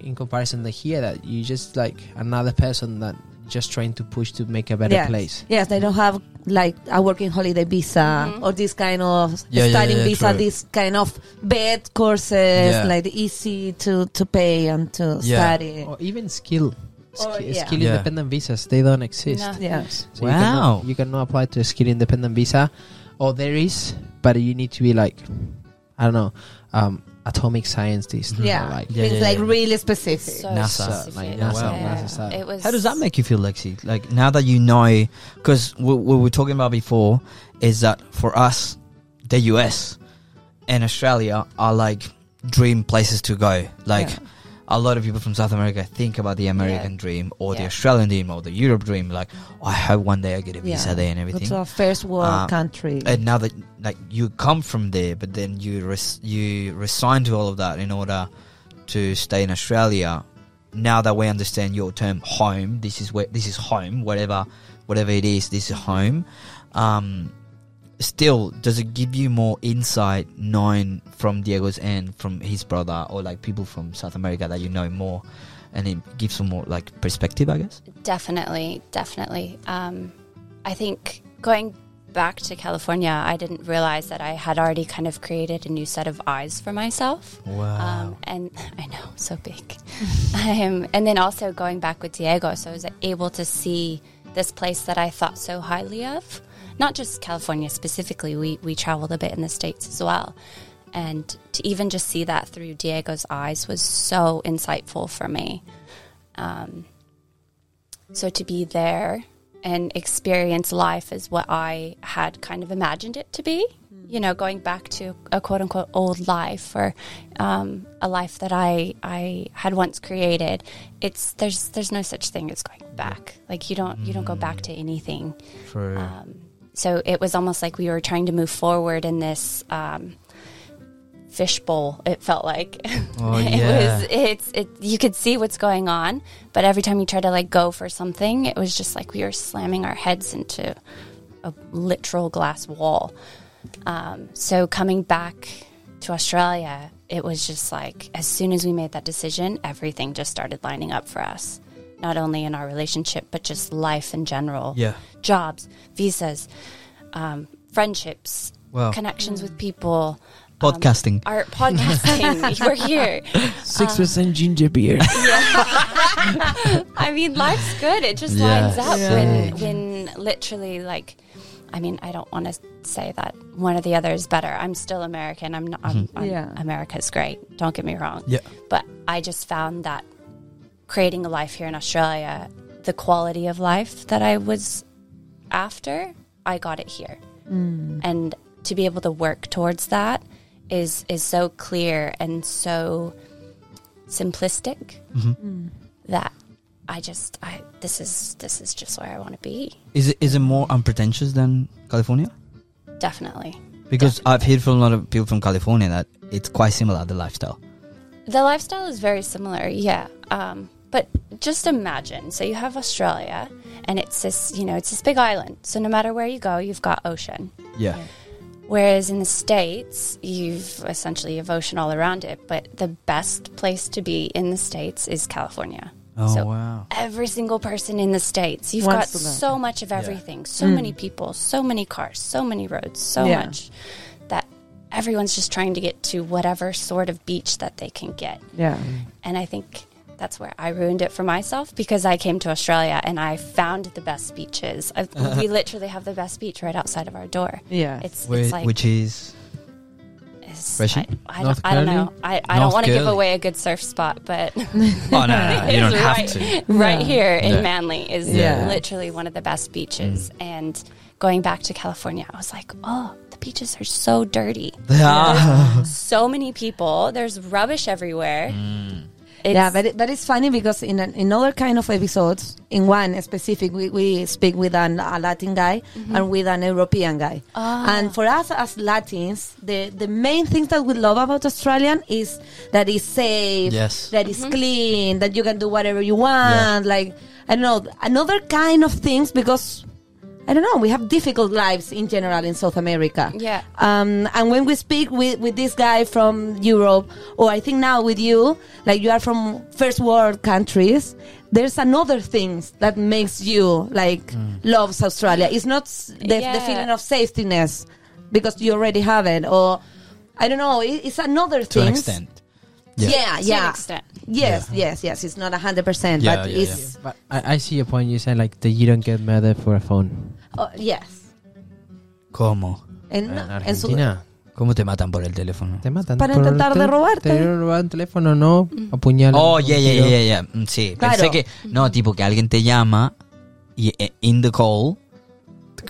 S4: in comparison to here, that you just like another person that just trying to push to make a better
S2: yes.
S4: place.
S2: Yes, they don't have like a working holiday visa
S3: Mhm.
S2: or this kind of
S1: Yeah, yeah,
S2: studying
S1: yeah,
S2: visa,
S1: true.
S2: this kind of bed courses,
S1: Yeah.
S2: like easy to, to pay and to
S1: Yeah.
S2: study.
S4: Or even skill, sk-
S2: Or- yeah.
S4: skill
S1: Yeah.
S4: independent visas, they don't exist.
S3: No.
S2: Yes.
S4: So you cannot-
S1: Wow.
S4: You cannot, apply to a skill independent visa, or there is, but you need to be like, I don't know, um, atomic scientist. or
S2: Yeah.
S4: Like,
S1: Yeah,
S2: it's
S1: yeah,
S2: like
S1: yeah.
S2: really specific.
S3: so
S1: NASA,
S3: specific.
S4: like
S1: NASA,
S3: Yeah.
S4: NASA style.
S3: It was.
S1: How does that make you feel, Lexi? Like now that you know, because what we were talking about before is that for us, the US and Australia are like dream places to go. Like
S2: Yeah.
S1: a lot of people from South America think about the American dream or the
S3: Yeah.
S1: Australian dream or the Europe dream. Like "Oh, I hope one day I get a
S2: Yeah.
S1: visa there and everything.
S2: It's a first world
S1: Uh,
S2: country.
S1: And now that like you come from there, but then you res- you resign to all of that in order to stay in Australia. Now that we understand your term home, this is where this is home. Whatever, whatever it is, this is home. Um, still, does it give you more insight knowing from Diego's end, from his brother, or like people from South America that you know more, and it gives some more like perspective, I guess.
S3: Definitely, definitely. Um, I think going back to California, I didn't realize that I had already kind of created a new set of eyes for myself. Um, and I know, so big. um, and then also going back with Diego, so I was able to see this place that I thought so highly of. Not just California specifically, we, we traveled a bit in the States as well. And to even just see that through Diego's eyes was so insightful for me. Um, so to be there and experience life is what I had kind of imagined it to be. You know, going back to a quote unquote old life or um, a life that I I had once created. It's there's there's no such thing as going back. Like you don't you don't go back to anything.
S1: True.
S3: Um, so it was almost like we were trying to move forward in this um, fishbowl. It felt like
S1: Oh,
S3: it
S1: yeah.
S3: was. It's it. You could see what's going on, but every time you try to like go for something, it was just like we were slamming our heads into a literal glass wall. Um, so coming back to Australia, it was just like as soon as we made that decision, everything just started lining up for us. Not only in our relationship, but just life in general
S1: yeah.
S3: jobs, visas, um, friendships,
S1: Wow.
S3: connections with people, um,
S1: Podcasting.
S3: art, podcasting. We're here.
S2: uh,
S4: Six percent ginger beer.
S3: I mean, life's good. It just
S4: Yeah,
S3: lines up
S4: Yeah.
S3: when
S4: sick.
S3: when literally like. I mean, I don't want to say that one or the other is better. I'm still American. I'm not. I'm, I'm-
S2: Yeah.
S3: America's great. Don't get me wrong.
S1: Yeah.
S3: But I just found that creating a life here in Australia, the quality of life that I was after, I got it here. And to be able to work towards that is is so clear and so simplistic
S1: Mm-hmm.
S3: that I just I this is this is just where I want to be.
S1: Is it is it more unpretentious than California?
S3: Definitely.
S1: Because I've heard from a lot of people from California that it's quite similar the lifestyle.
S3: The lifestyle is very similar, yeah. Um, but just imagine, so you have Australia, and it's this, you know, it's this big island. So no matter where you go, you've got ocean.
S1: Yeah.
S3: Whereas in the states, you've essentially you have ocean all around it. But the best place to be in the states is California.
S1: Oh
S3: so
S1: wow.
S3: every single person in the states, you've
S2: Wants
S3: got
S2: to go.
S3: so much of everything, so many people, so many cars, so many roads, so
S2: Yeah.
S3: much that everyone's just trying to get to whatever sort of beach that they can get.
S2: Yeah.
S3: And I think that's where I ruined it for myself because I came to Australia and I found the best beaches. I, we literally have the best beach right outside of our door.
S2: Yeah.
S3: It's,
S1: Whi-
S3: it's like
S1: which is
S3: it's-
S1: Rashid?
S3: I, I,
S4: North
S3: don't, I don't
S4: Curly?
S3: know. I, I don't
S1: North
S3: want to give
S1: Curly.
S3: away a good surf spot, but
S1: Oh no, no, no, you don't
S3: It's
S1: have
S3: right,
S1: to.
S3: Right
S2: Yeah.
S3: here in
S1: Yeah. Mm.
S3: Manly is
S2: Yeah.
S3: literally one of the best beaches. And going back to California, I was like, oh, the beaches are so dirty.
S1: They are.
S3: so many people. There's rubbish everywhere.
S1: Mm.
S3: It's,
S2: yeah, but, it, but it's funny because in an, in other kind of episodes, in one specific, we, we speak with an, a Latin guy and with an European guy. And for us as Latins, the, the main thing that we love about Australian is that it's safe,
S1: Yes.
S2: that it's clean, that you can do whatever you want. Like, I don't know, another kind of things because, I don't know, we have difficult lives in general in South America.
S3: Yeah.
S2: Um, and when we speak with, with this guy from Europe, or I think now with you, like you are from first world countries, there's another things that makes you like
S1: Mm.
S2: loves Australia. It's not s- the, the
S3: Yeah.
S2: feeling of safetiness because you already have it, or I don't know. It, it's another
S1: to an
S2: things.
S1: extent.
S2: Uh, Yeah, yeah.
S3: To an extent.
S2: Yes, yes, yes. It's not hundred percent,
S1: Yeah,
S2: but
S1: yeah,
S2: it's
S4: But I, I see your point. You said like that you don't get murdered for a phone
S2: oh, yes.
S1: ¿Cómo?
S2: En,
S4: en
S1: Uh,
S2: en su-
S4: Argentina.
S1: ¿Cómo te matan por el teléfono?
S4: Te matan
S2: Para
S4: por
S2: intentar Mm.
S4: te-
S2: de robarte.
S4: Te roban un teléfono, no, apuñalan.
S1: Oh, yeah, yeah,
S4: tiro.
S1: yeah, yeah, yeah. Mm, Sí,
S2: Claro.
S1: pensé que... No, tipo que alguien te llama y eh, in the call...
S3: Oh.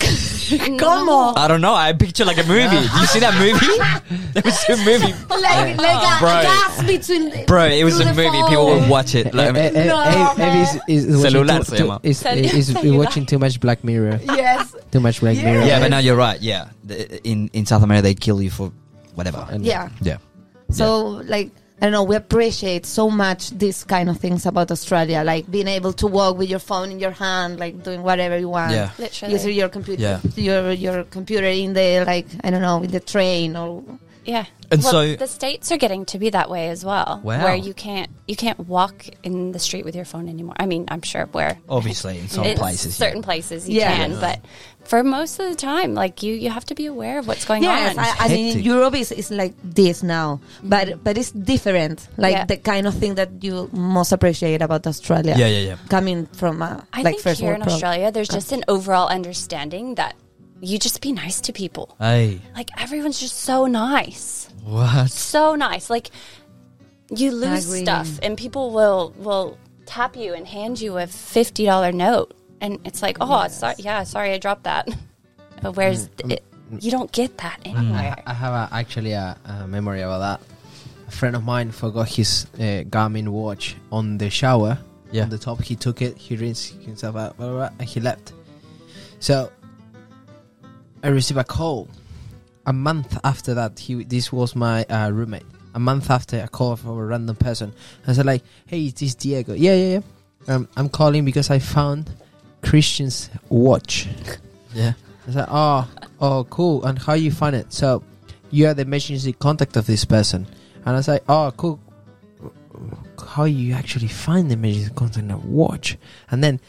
S2: ¿Cómo?
S1: I don't know, I picture like a movie. Do you see that movie? There was a movie.
S2: Like,
S1: Oh,
S2: like a
S1: Bro.
S2: gas between. the-
S1: Bro, it was
S2: through
S1: a
S2: the
S1: movie.
S2: phone.
S1: People will watch it.
S4: Eh,
S1: Like,
S4: eh, eh,
S2: No,
S4: eh,
S2: man.
S4: eh, is- is- is watching
S1: Celular
S4: too-
S1: se
S4: too-
S1: llama.
S4: is- is- is
S3: Celular.
S4: watching too much Black Mirror.
S2: Yes.
S4: Too much Black
S2: Yeah.
S4: Mirror.
S1: yeah, but no, you're right. Yeah, The- in in South America they kill you for whatever.
S4: And-
S2: Yeah.
S1: Yeah.
S2: So like I don't know, we appreciate so much these kind of things about Australia, like being able to walk with your phone in your hand, like doing whatever you want.
S1: Yeah.
S3: Literally.
S2: Using your computer,
S1: Yeah.
S2: your your computer in the like I don't know in the train or
S3: Yeah.
S1: And
S3: well,
S1: so-
S3: the states are getting to be that way as well,
S1: Wow.
S3: where you can't you can't walk in the street with your phone anymore. I mean, I'm sure where
S1: Obviously, in some
S3: in
S1: places. yeah.
S3: certain places you
S2: Yeah.
S3: can, but for most of the time, like you, you have to be aware of what's going
S2: yes, Mm-hmm.
S3: on.
S2: I, I mean
S1: Hectic.
S2: Europe is, is like this now, but but it's different, like
S3: Yeah.
S2: the kind of thing that you most appreciate about Australia.
S1: Yeah, yeah, yeah.
S2: Coming from a,
S3: I
S2: like
S3: think
S2: first
S3: here
S2: world
S3: in
S2: prob-
S3: Australia, there's just an overall understanding that you just be nice to people.
S1: Hey,
S3: Like everyone's just so nice,
S1: what?
S3: so nice. Like you lose
S2: agree.
S3: stuff, and people will will tap you and hand you a fifty dollar note, and it's like, oh, sorry, yeah, sorry, I dropped that. But where's it, you don't get that anywhere.
S4: I have a, actually a, a memory about that. A friend of mine forgot his uh, Garmin watch on the shower.
S1: Yeah.
S4: On the top, he took it, he rinsed himself out, blah, blah, blah, and he left. So I received a call. A month after that, he this was my uh, roommate. A month after, a call from a random person. I said like, "Hey, is this Diego?" Yeah, yeah, yeah. Um, I'm calling because I found Christian's watch.
S1: Yeah.
S4: I said, oh, oh, cool. And how you find it? So, you are the emergency contact of this person. And I say, oh, cool. How you actually find the emergency contact of watch? And then,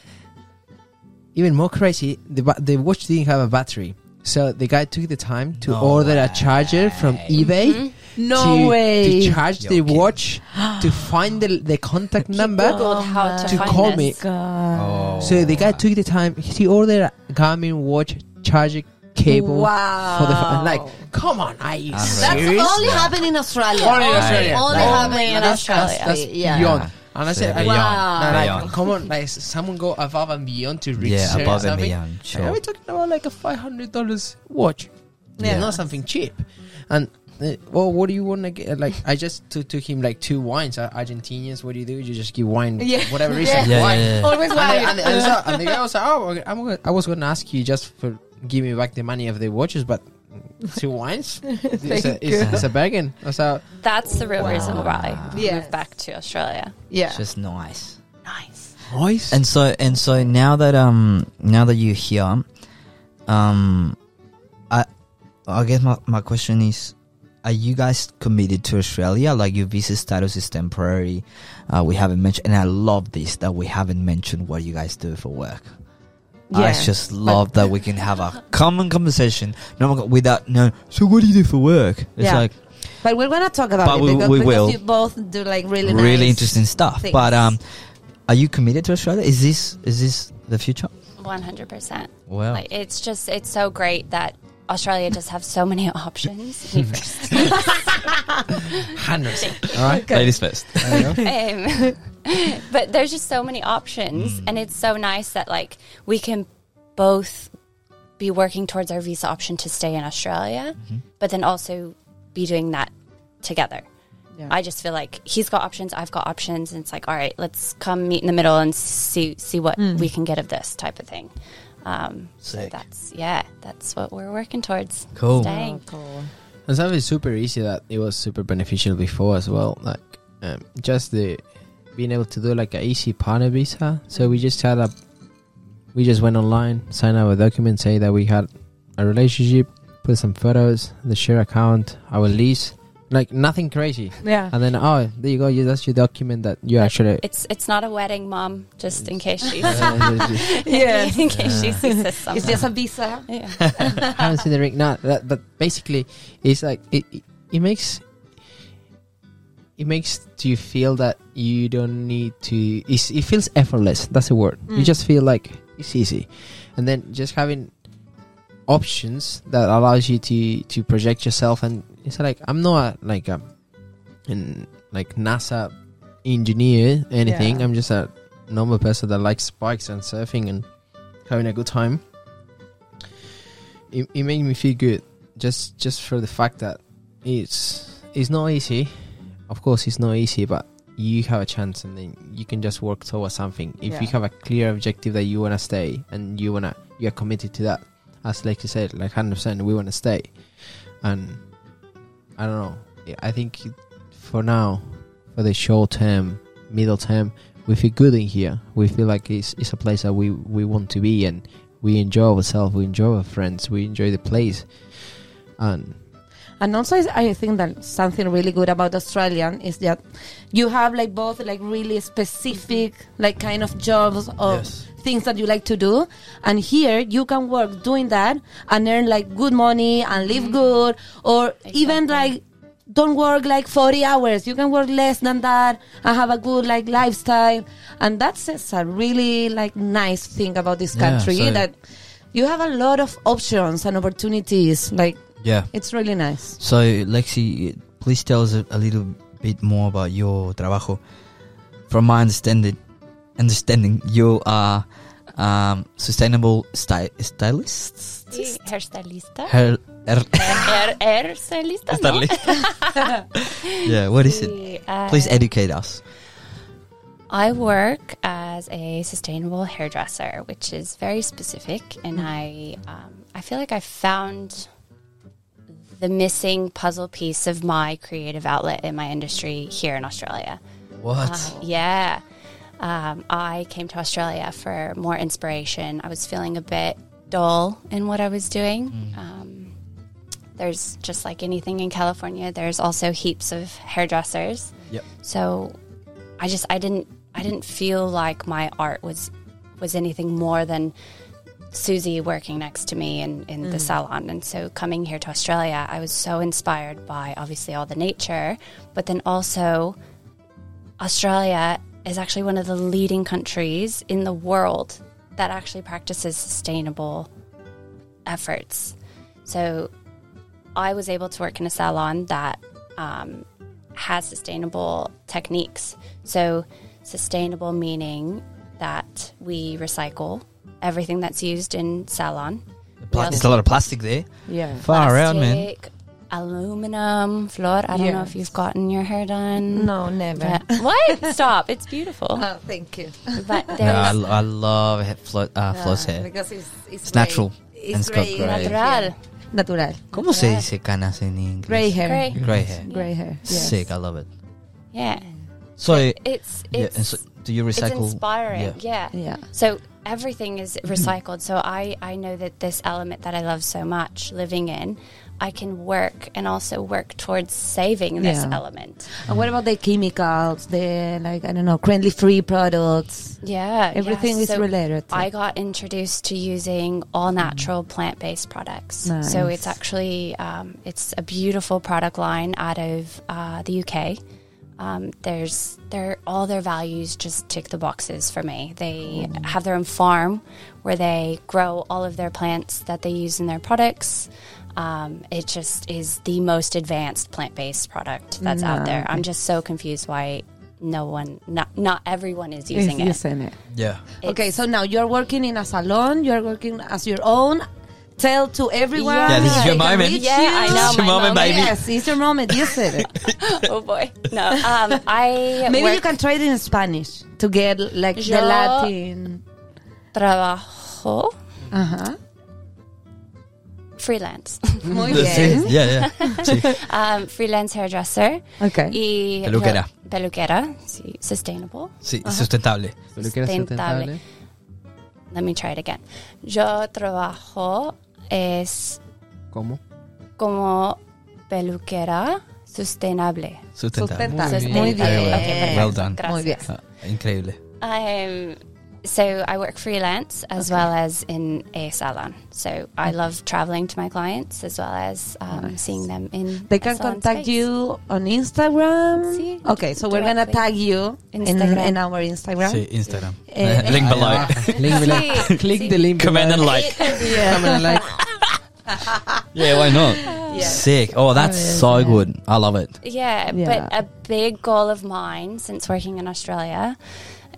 S4: even more crazy, the ba- the watch didn't have a battery, So the guy took the time to
S1: No
S4: order a charger from eBay.
S2: Mm-hmm.
S3: Hmm?
S2: No
S4: to,
S2: way.
S4: To charge the
S1: You're kidding.
S4: watch, to find the, the contact number.
S3: Googled how to,
S4: um, To
S3: find
S4: call
S3: this.
S4: me.
S2: God.
S1: Oh.
S4: So the guy took the time. He ordered a Garmin watch charger cable. For the
S2: Wow.
S1: Oh.
S4: phone. like, come on, are you
S2: That's
S4: serious?
S2: only happened in Australia.
S4: Only in Australia.
S2: Only
S4: Wow.
S2: happened in
S3: That's-
S2: Australia.
S4: That's
S2: yeah.
S4: beyond. And I said,
S1: Beyond.
S2: Wow.
S4: No, like,
S1: Beyond.
S4: come on, like s- someone go above and beyond to reach.
S1: yeah,
S4: certain
S1: above and
S4: something.
S1: beyond.
S4: Like, Are
S1: Sure.
S4: we talking about like a five hundred dollars watch? Yeah,
S1: Yeah.
S4: not something cheap. And uh, well, what do you want to get? Like, I just took, took him like two wines. Uh, Argentinians, what do you do? You just give wine,
S2: Yeah.
S4: whatever reason,
S1: Yeah,
S4: wine.
S1: yeah, yeah.
S2: Always
S4: And,
S2: wine.
S4: the- and, and, so, and the guy was like, "Oh, okay, I'm gonna, I was going to ask you just for give me back the money of the watches, but two wines, it's, a, it's, it's a bargain." I was like,
S3: That's the real reason why we
S2: Yes.
S3: moved back to Australia.
S2: yeah.
S1: It's just nice.
S3: Nice.
S4: "Nice."
S1: And so and so now that um now that you're here, um, I I guess my my question is, are you guys committed to Australia? Like your visa status is temporary. Uh, we haven't mentioned, and I love this that we haven't mentioned what you guys do for work. I
S2: Yeah.
S1: Ah, just love that we can have a common conversation. No, one- without no. So what do you do for work? It's
S2: Yeah.
S1: like
S2: But we're gonna talk about
S1: But
S2: it
S1: we-
S2: because,
S1: we
S2: because
S1: will.
S2: you both do like really
S1: really,
S2: nice-
S1: interesting stuff.
S2: things.
S1: But um, are you committed to Australia? Is this is this the future?
S3: One hundred percent.
S1: Wow.
S3: Like it's just it's so great that Australia does have so many options. Me first.
S4: hundreds. All right,
S1: Ladies first.
S4: there you go.
S3: Um, but there's just so many options, and it's so nice that like we can both be working towards our visa option to stay in Australia, but then also be doing that together.
S2: Oh,
S3: I just feel like he's got options, I've got options, and it's like, all right, let's come meet in the middle and see see what we can get of this type of thing. Um, so
S1: Sick.
S3: that's yeah, that's what we're working towards.
S1: Cool.
S3: Staying.
S4: And something super easy that it was super beneficial before as well. Like um, just the being able to do like a easy partner visa. So we just had a we just went online, signed our document, say that we had a relationship, put some photos, the share account, our lease, like nothing crazy.
S2: Yeah.
S4: And then oh, there you go. You, that's your document that you actually.
S3: It's it's not a wedding, mom. Just in case she
S4: Uh,
S2: Yeah.
S3: in case she sees this
S2: It's
S3: somewhere.
S2: just a visa.
S3: Yeah.
S4: haven't seen the ring. No, that, but basically, it's like it, it, it makes it makes you feel that you don't need to. It's, it feels effortless. That's the word. You
S2: Mm.
S4: just feel like it's easy, and then just having options that allows you to to project yourself. And it's like I'm not like a an like NASA engineer anything.
S2: Yeah.
S4: I'm just a normal person that likes spikes and surfing and having a good time. It, it made me feel good just just for the fact that it's it's not easy. Of course, it's not easy, but you have a chance, and then you can just work towards something. If you
S2: Yeah.
S4: have a clear objective that you want to stay, and you wanna you are committed to that, as like you said, like hundred percent, we want to stay. And I don't know. Yeah, I think for now, for the short term, middle term, we feel good in here. We feel like it's it's a place that we we want to be, and we enjoy ourselves, we enjoy our friends, we enjoy the place,
S1: Ah,
S4: and
S2: And also, is- I think that something really good about Australian is that you have like both like really specific like kind of jobs or
S4: Yes.
S2: things that you like to do, and here you can work doing that and earn like good money and live good, or even like don't work like 40 hours you can work less than that and have a good like lifestyle and that's just a really like nice thing about this
S1: Yeah,
S2: country
S1: so-
S2: that you have a lot of options and opportunities like
S1: Yeah.
S2: it's really nice
S1: So, Lexi, please tell us a, a little bit more about your trabajo. From my understanding, understanding you are um, sustainable sty- stylist. Er,
S3: Hairstylista.
S1: Her, her-
S3: Hair- hairstylista, ¿no?
S1: yeah. What is it?
S3: Sí, uh,
S1: Please educate us.
S3: I work as a sustainable hairdresser, which is very specific,
S1: Mm.
S3: and I um, I feel like I found the missing puzzle piece of my creative outlet in my industry here in Australia.
S1: What?
S3: Uh, yeah. Um, I came to Australia for more inspiration. I was feeling a bit dull in what I was doing.
S1: Mm.
S3: Um, there's just like anything in California, there's also heaps of hairdressers.
S1: Yep.
S3: So I just I didn't I didn't feel like my art was was anything more than Susie working next to me in, in the salon. And so coming here to Australia, I was so inspired by obviously all the nature, but then also Australia is actually one of the leading countries in the world that actually practices sustainable efforts. So I was able to work in a salon that um, has sustainable techniques. So, sustainable meaning that we recycle everything that's used in salon.
S1: Pla-
S3: Yes.
S1: There's a lot of plastic there.
S6: Yeah.
S1: Far out, man.
S3: Plastic, Aluminum, Flor. I don't know if
S6: Yes.
S3: you've gotten your hair done.
S2: No, never.
S3: But- what? Stop. It's beautiful.
S2: Oh, thank you.
S3: But there's
S1: No, I, lo- I love he- flo- uh, floss
S2: Ah,
S1: hair.
S2: Because it's, it's,
S1: It's natural
S2: It's
S1: and it's got
S2: grey,
S1: grey.
S3: natural.
S2: Natural.
S1: ¿Cómo se dice canas en inglés?
S2: Grey hair.
S3: Grey.
S1: Grey hair.
S2: Grey hair. Yes.
S1: Sick. I love it.
S3: Yeah.
S1: So,
S3: It's
S1: yeah,
S3: it's
S1: and so do you
S3: it's
S1: recycle?
S3: inspiring.
S1: Yeah.
S3: Yeah.
S2: Yeah.
S3: So everything is
S2: Mm-hmm.
S3: recycled. So I, I know that this element that I love so much living in, I can work and also work towards saving this
S2: Yeah.
S3: element.
S2: And what about the chemicals? The like I don't know, cruelty free products.
S3: Yeah.
S2: Everything
S3: yeah.
S2: is related.
S3: I got introduced to using all natural plant based products. So
S2: Nice.
S3: it's actually um, it's a beautiful product line out of uh, the UK. Um, there's their all their values just tick the boxes for me. They have their own farm where they grow all of their plants that they use in their products. Um, it just is the most advanced plant based product that's out there. I'm just so confused why no one, not not everyone is using
S6: It's
S3: it.
S6: using it.
S1: Yeah.
S2: okay, so now you're working in a salon. You're working as your own. Tell to everyone.
S3: Yeah,
S1: this is
S2: they
S1: your
S2: can
S1: moment.
S2: reach
S3: Yeah, I
S2: you.
S3: know.
S1: It's your
S3: my
S1: moment,
S3: moment.
S1: baby.
S2: Yes, it's your moment. You said it.
S3: oh boy. No. Um, I
S2: Maybe
S3: work
S2: you can try it in Spanish to get like the
S3: Yo-
S2: Latin.
S3: trabajo
S2: Uh huh.
S3: freelance.
S2: Muy
S1: Sí,
S2: bien.
S1: yeah, yeah. Sí.
S3: um, freelance hairdresser.
S2: Okay.
S3: Y
S1: Peluquera.
S3: Peluquera. Sí, sustainable.
S1: Sí, sustentable.
S3: Sustentable. Let me try it again. Yo trabajo es
S4: ¿Cómo?
S3: como peluquera sustentable.
S1: Sustentable.
S2: Sustentable.
S4: Muy bien.
S3: Sustentable.
S2: Ah, Muy bien.
S3: Okay, perfecto.
S1: Well done.
S3: Gracias.
S2: Muy bien.
S1: Ah, increíble.
S3: Um, so I work freelance as well as in a salon. So I love traveling to my clients as well as um, seeing them in.
S2: They
S3: a
S2: can
S3: salon
S2: contact
S3: space.
S2: you on Instagram.
S3: Sí,
S2: okay, so we're gonna
S3: directly.
S2: tag you in,
S3: Instagram.
S2: in our Instagram.
S1: Sí, Instagram.
S2: Eh,
S1: Link
S4: Ahí
S1: below.
S4: abajo. Link below.
S3: Sí,
S4: Click
S3: sí.
S4: the link.
S1: Comment and
S4: below.
S1: like.
S4: Comment and like.
S1: Yeah, why not? Sick. Oh, that's so good. I love it.
S3: Yeah,
S2: Yeah.
S3: but a big goal of mine since working in Australia,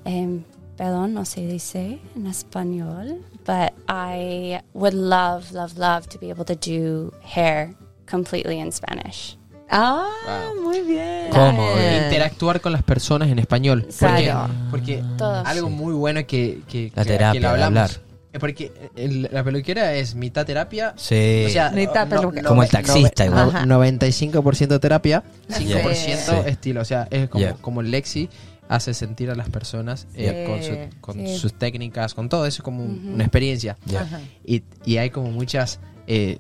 S3: um, perdón, no se dice en español, but I would love, love, love to be able to do hair completely in Spanish.
S2: Ah, muy bien.
S1: ¿Cómo?
S3: Eh.
S4: interactuar con las personas en español.
S2: Claro.
S4: Porque,
S2: Mm.
S4: porque
S3: Todos.
S4: algo muy bueno que, que,
S1: La
S4: que- que
S1: terapia,
S4: lo
S1: de
S4: hablamos.
S1: hablar.
S4: Es Porque el- la peluquera es mitad terapia.
S1: Sí.
S4: O sea,
S2: Mitad
S4: no-
S2: peluquera.
S4: no-
S1: Como el
S4: no-
S1: taxista,
S4: no-
S1: igual.
S2: Ajá.
S4: 95% terapia, 5%
S1: Sí.
S4: estilo. O sea, es como,
S1: Yeah.
S4: como Lexi hace sentir a las personas eh, con, su- con
S3: Sí.
S4: sus técnicas, con todo eso, como un- una experiencia.
S1: Yeah.
S4: Y, y hay como muchas eh,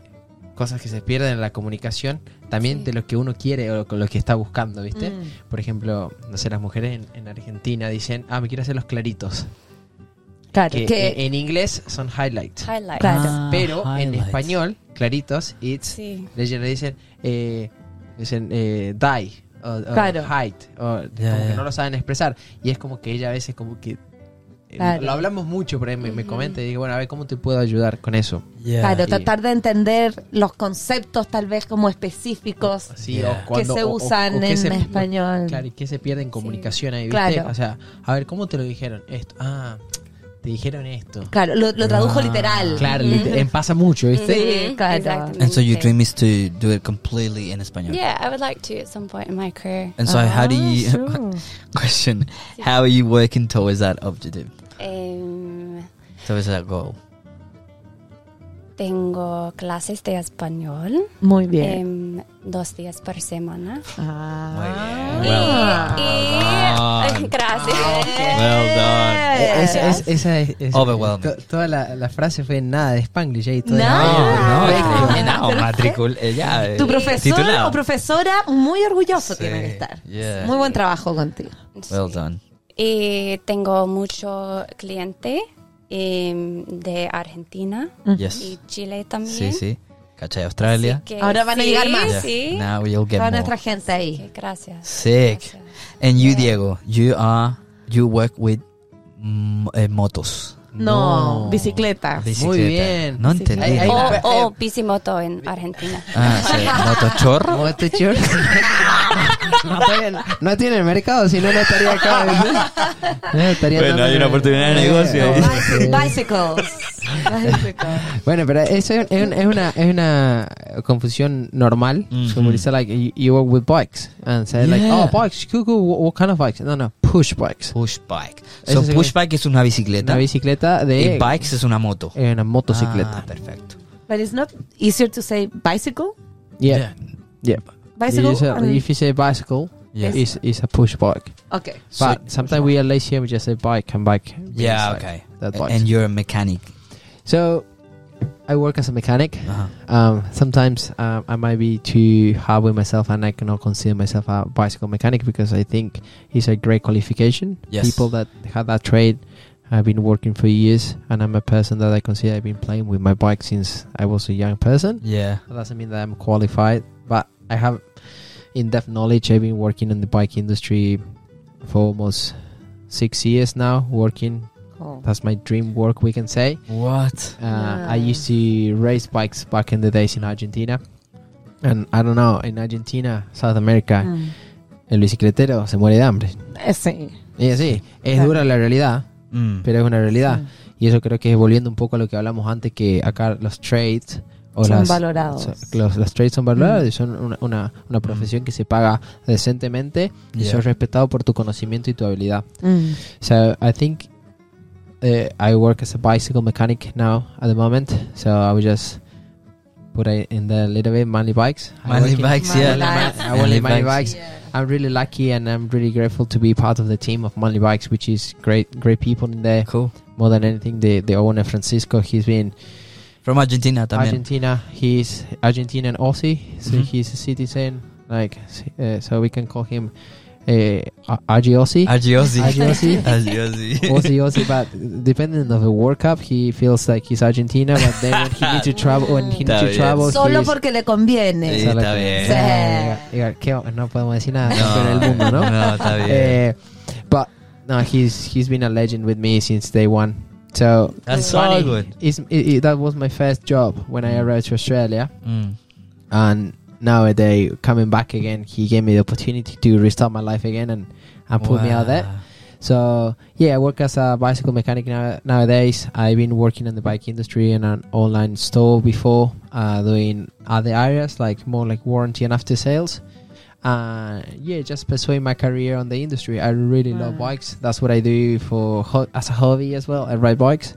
S4: cosas que se pierden en la comunicación, también de lo que uno quiere o con lo que está buscando, ¿viste?
S2: Mm.
S4: Por ejemplo, no sé, las mujeres en, en Argentina dicen, ah, me quiero hacer los claritos.
S2: Claro.
S4: Que,
S1: e-
S2: que-
S4: en, en inglés son highlights.
S3: Highlight.
S2: Claro.
S1: Ah,
S4: pero en
S1: highlights.
S4: español, claritos, it's,
S3: Sí.
S4: le, le dicen, eh, dicen eh, die. O, o
S2: Claro.
S4: hide, o como
S1: ya.
S4: que no lo saben expresar. Y es como que ella a veces como que... eh,
S2: Claro.
S4: Lo hablamos mucho, pero me, me comenta y digo, bueno, a ver, ¿cómo te puedo ayudar con eso?
S1: Yeah.
S2: Claro,
S4: Y-
S2: tratar de entender los conceptos tal vez como específicos
S4: Sí,
S1: Yeah.
S4: o cuando-
S2: que se
S4: o- o-
S2: usan
S4: o que
S2: en
S4: se-
S2: español.
S4: Claro, y que se pierde en comunicación ahí, ¿viste?
S2: Claro.
S4: O sea, a ver, ¿cómo te lo dijeron? Esto. Ah, te dijeron esto.
S2: Claro, lo, lo tradujo
S1: Ah,
S2: literal.
S4: Claro, lite- em- pasa mucho, ¿viste?
S2: Sí, claro.
S3: Exactamente.
S1: And so your dream is to do it completely in Spanish.
S3: Yeah, I would like to at some point in my career.
S1: And so how
S2: Ah,
S1: do you question? How are you working towards that objective?
S3: Um,
S1: Towards that goal?
S3: tengo clases de español
S2: Muy bien.
S3: em, dos días por semana.
S2: Ah.
S1: Muy bien.
S3: Y-
S1: ah,
S3: y- gracias.
S1: Well done.
S4: Eh, esa- es- esa es- es-
S1: Overwhelming.
S4: to- toda la, la frase fue nada de Spanglish ahí. Todo
S1: No,
S2: Ah,
S1: no, no, matricul- eh, ya, eh,
S2: tu profesor
S1: titulado.
S2: o profesora muy orgulloso
S1: Sí,
S2: tiene que estar.
S1: yeah.
S2: Muy buen trabajo contigo.
S1: Well done.
S3: Y tengo mucho cliente em, de Argentina
S1: Yes.
S3: y Chile también.
S1: Sí, sí. ¿Cachai?
S3: Así
S1: Australia.
S3: que
S2: Ahora van a
S3: sí,
S2: llegar más.
S1: Yeah.
S3: Sí.
S1: Now you'll get
S2: Toda
S1: more.
S2: nuestra gente ahí.
S3: Ok, gracias.
S1: Sick. And you, Diego, you are you work with mm, eh, motos.
S2: No, bicicleta.
S1: Bicicleta.
S4: bien.
S1: No entendí.
S4: Bicicleta. Ahí
S3: O,
S4: va.
S3: o Pisimoto en Argentina.
S1: Ah, sí. Motochorro.
S4: ¿Cómo te chur? no, tiene, no tiene mercado, si no, no estaría acá. ¿no? No estaría
S1: Bueno,
S4: dando-
S1: hay una oportunidad de negocio ahí.
S4: Sí.
S2: Bicycles. Bicycles.
S4: Bueno, pero eso es, es un- es una, es una confusión normal. So when you say like you, you work with bikes and say like
S1: Mm-hmm. Yeah.
S4: oh bikes, cool, cool. What, what kind of bikes? No, no, push bikes.
S1: Push bike. So
S4: Eso sí.
S1: push bike es una bicicleta.
S4: Una bicicleta de
S1: Y bikes es una moto.
S4: eh, una motocicleta.
S1: Ah, perfecto.
S2: But it's not easier to say bicycle.
S4: yeah. yeah,
S2: Bicycle. Mm.
S4: You say-
S2: and-
S4: if you say bicycle,
S1: Yeah.
S4: it's, it's a push bike.
S2: okay.
S1: So-
S4: But sometimes we are lazy and we just say bike and bike. because,
S1: yeah,
S4: like,
S1: okay.
S4: That
S1: A-
S4: bike.
S1: And you're a mechanic.
S4: So I work as a mechanic.
S1: Uh-huh.
S4: Um, sometimes um, I might be too hard with myself, and I cannot consider myself a bicycle mechanic because I think it's a great qualification.
S1: Yes.
S4: People that have that trade have been working for years, and I'm a person that I consider I've been playing with my bike since I was a young person.
S1: Yeah.
S4: That doesn't mean that I'm qualified, but I have in-depth knowledge. I've been working in the bike industry for almost six years now. Working
S2: Cool.
S4: that's my dream work, we can say.
S1: What?
S4: Uh,
S2: Ah.
S4: I used to race bikes back in the days in Argentina. And I don't know, in Argentina, South
S1: Ah.
S4: America,
S2: Mm.
S4: el bicicletero se muere de hambre.
S2: Eh, sí.
S4: Y así, es
S2: Claro.
S4: dura la realidad,
S1: Mm.
S4: pero es una realidad. Y eso creo que es volviendo un poco a lo que hablamos antes, que acá los trades... O
S2: Son
S4: las,
S2: valorados. Mm.
S4: so- los, los trades son valorados y son una, una, una profesión que se paga decentemente y
S1: Yeah.
S4: sos respetado por tu conocimiento y tu habilidad.
S2: Mm.
S4: So I think uh, I work as a bicycle mechanic now at the moment. So I will just put it in there a little bit money bikes. I
S1: Manly
S4: work in-
S1: bikes,
S2: Manly
S1: yeah.
S2: bikes.
S4: I will in money
S1: bikes.
S4: bikes. I'm really lucky and I'm really grateful to be part of the team of Money Bikes, which is great, great people in there.
S1: Cool.
S4: More than anything, the, the owner Francisco, he's been
S1: From Argentina también.
S4: Argentina. He's Argentinian Aussie, so
S1: Mhm.
S4: he's a citizen. Like, uh, so we can call him uh, Argy Aussie.
S1: Argiosi.
S4: Argiosi.
S1: Argiosi.
S4: Aussie, Aussie, but depending on the World Cup, he feels like he's Argentina. But then when he needs to travel, when he needs
S1: Está
S4: to
S1: bien.
S4: travel,
S2: Solo
S4: he's-
S2: porque le conviene.
S1: Sí,
S4: Solo
S1: está
S4: que-
S1: bien.
S4: Sí. Diga- diga, ¿qué? no podemos decir nada pero el mundo, ¿no?
S1: No, está bien.
S4: Eh, but no, he's he's been a legend with me since day one. So
S1: That's
S4: it's
S1: so
S4: funny.
S1: good.
S4: It's, it, it- that was my first job when I arrived to Australia,
S1: Mm.
S4: and nowadays coming back again, he gave me the opportunity to restart my life again and and put me out there.
S1: Wow.
S4: So yeah, I work as a bicycle mechanic now, nowadays. I've been working in the bike industry in an online store before, uh, doing other areas like more like warranty and after sales. Uh, yeah, just pursuing my career on the industry. I really love bikes. That's what I do for ho- as a hobby as well. I ride bikes.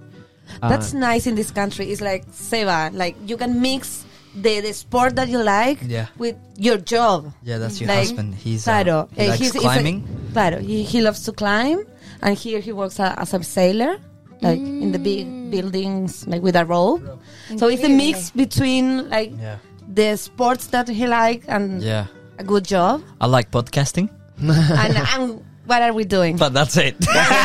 S1: Ah.
S4: Uh,
S2: That's nice in this country. It's like Seba, like you can mix the, the sport that you like
S1: Yeah.
S2: with your job.
S1: Yeah, that's your
S2: Like,
S1: husband. He's uh,
S2: Claro,
S1: he
S2: eh,
S1: likes
S2: he's- he's a-
S1: climbing.
S2: claro, he, he loves to climb, and here he works a, as a sailor, like in the big buildings, like with a rope. So it's a mix between like
S1: yeah.
S2: the sports that he likes and
S1: Yeah.
S2: a good job.
S1: I like podcasting,
S2: and, and what are we doing?
S1: but that's it.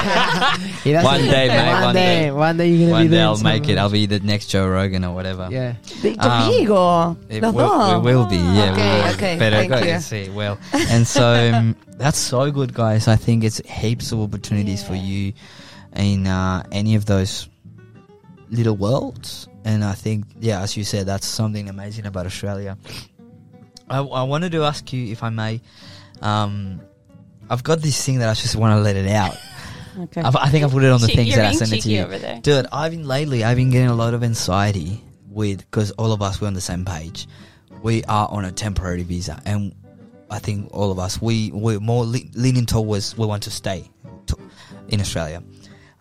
S4: yeah, that's
S1: one
S4: it.
S1: day, mate,
S4: one
S1: one
S4: day,
S1: day.
S4: one day you're gonna be
S1: One day
S4: doing
S1: I'll make
S4: some-
S1: it. I'll be the next Joe Rogan or whatever.
S4: Yeah.
S2: De-
S1: Um,
S2: Conmigo,
S1: It
S2: los
S1: will,
S2: dos.
S1: we will be, yeah.
S2: okay,
S1: we will be.
S2: okay,
S1: But I
S2: thank
S1: got
S2: you.
S1: to see, well. And so um, that's so good, guys. I think it's heaps of opportunities for you in uh, any of those little worlds. And I think, yeah, as you said, that's something amazing about Australia. I, I wanted to ask you, if I may, um, I've got this thing that I just want to let it out.
S2: Okay.
S1: I've, I think I put it on the
S3: Cheek-
S1: things
S3: you're
S1: that I
S3: being
S1: sent it to
S3: cheeky
S1: you.
S3: over there.
S1: Dude, I've been lately, I've been getting a lot of anxiety with because all of us we're on the same page. We are on a temporary visa, and I think all of us we we're more le- leaning towards we want to stay to, in Australia.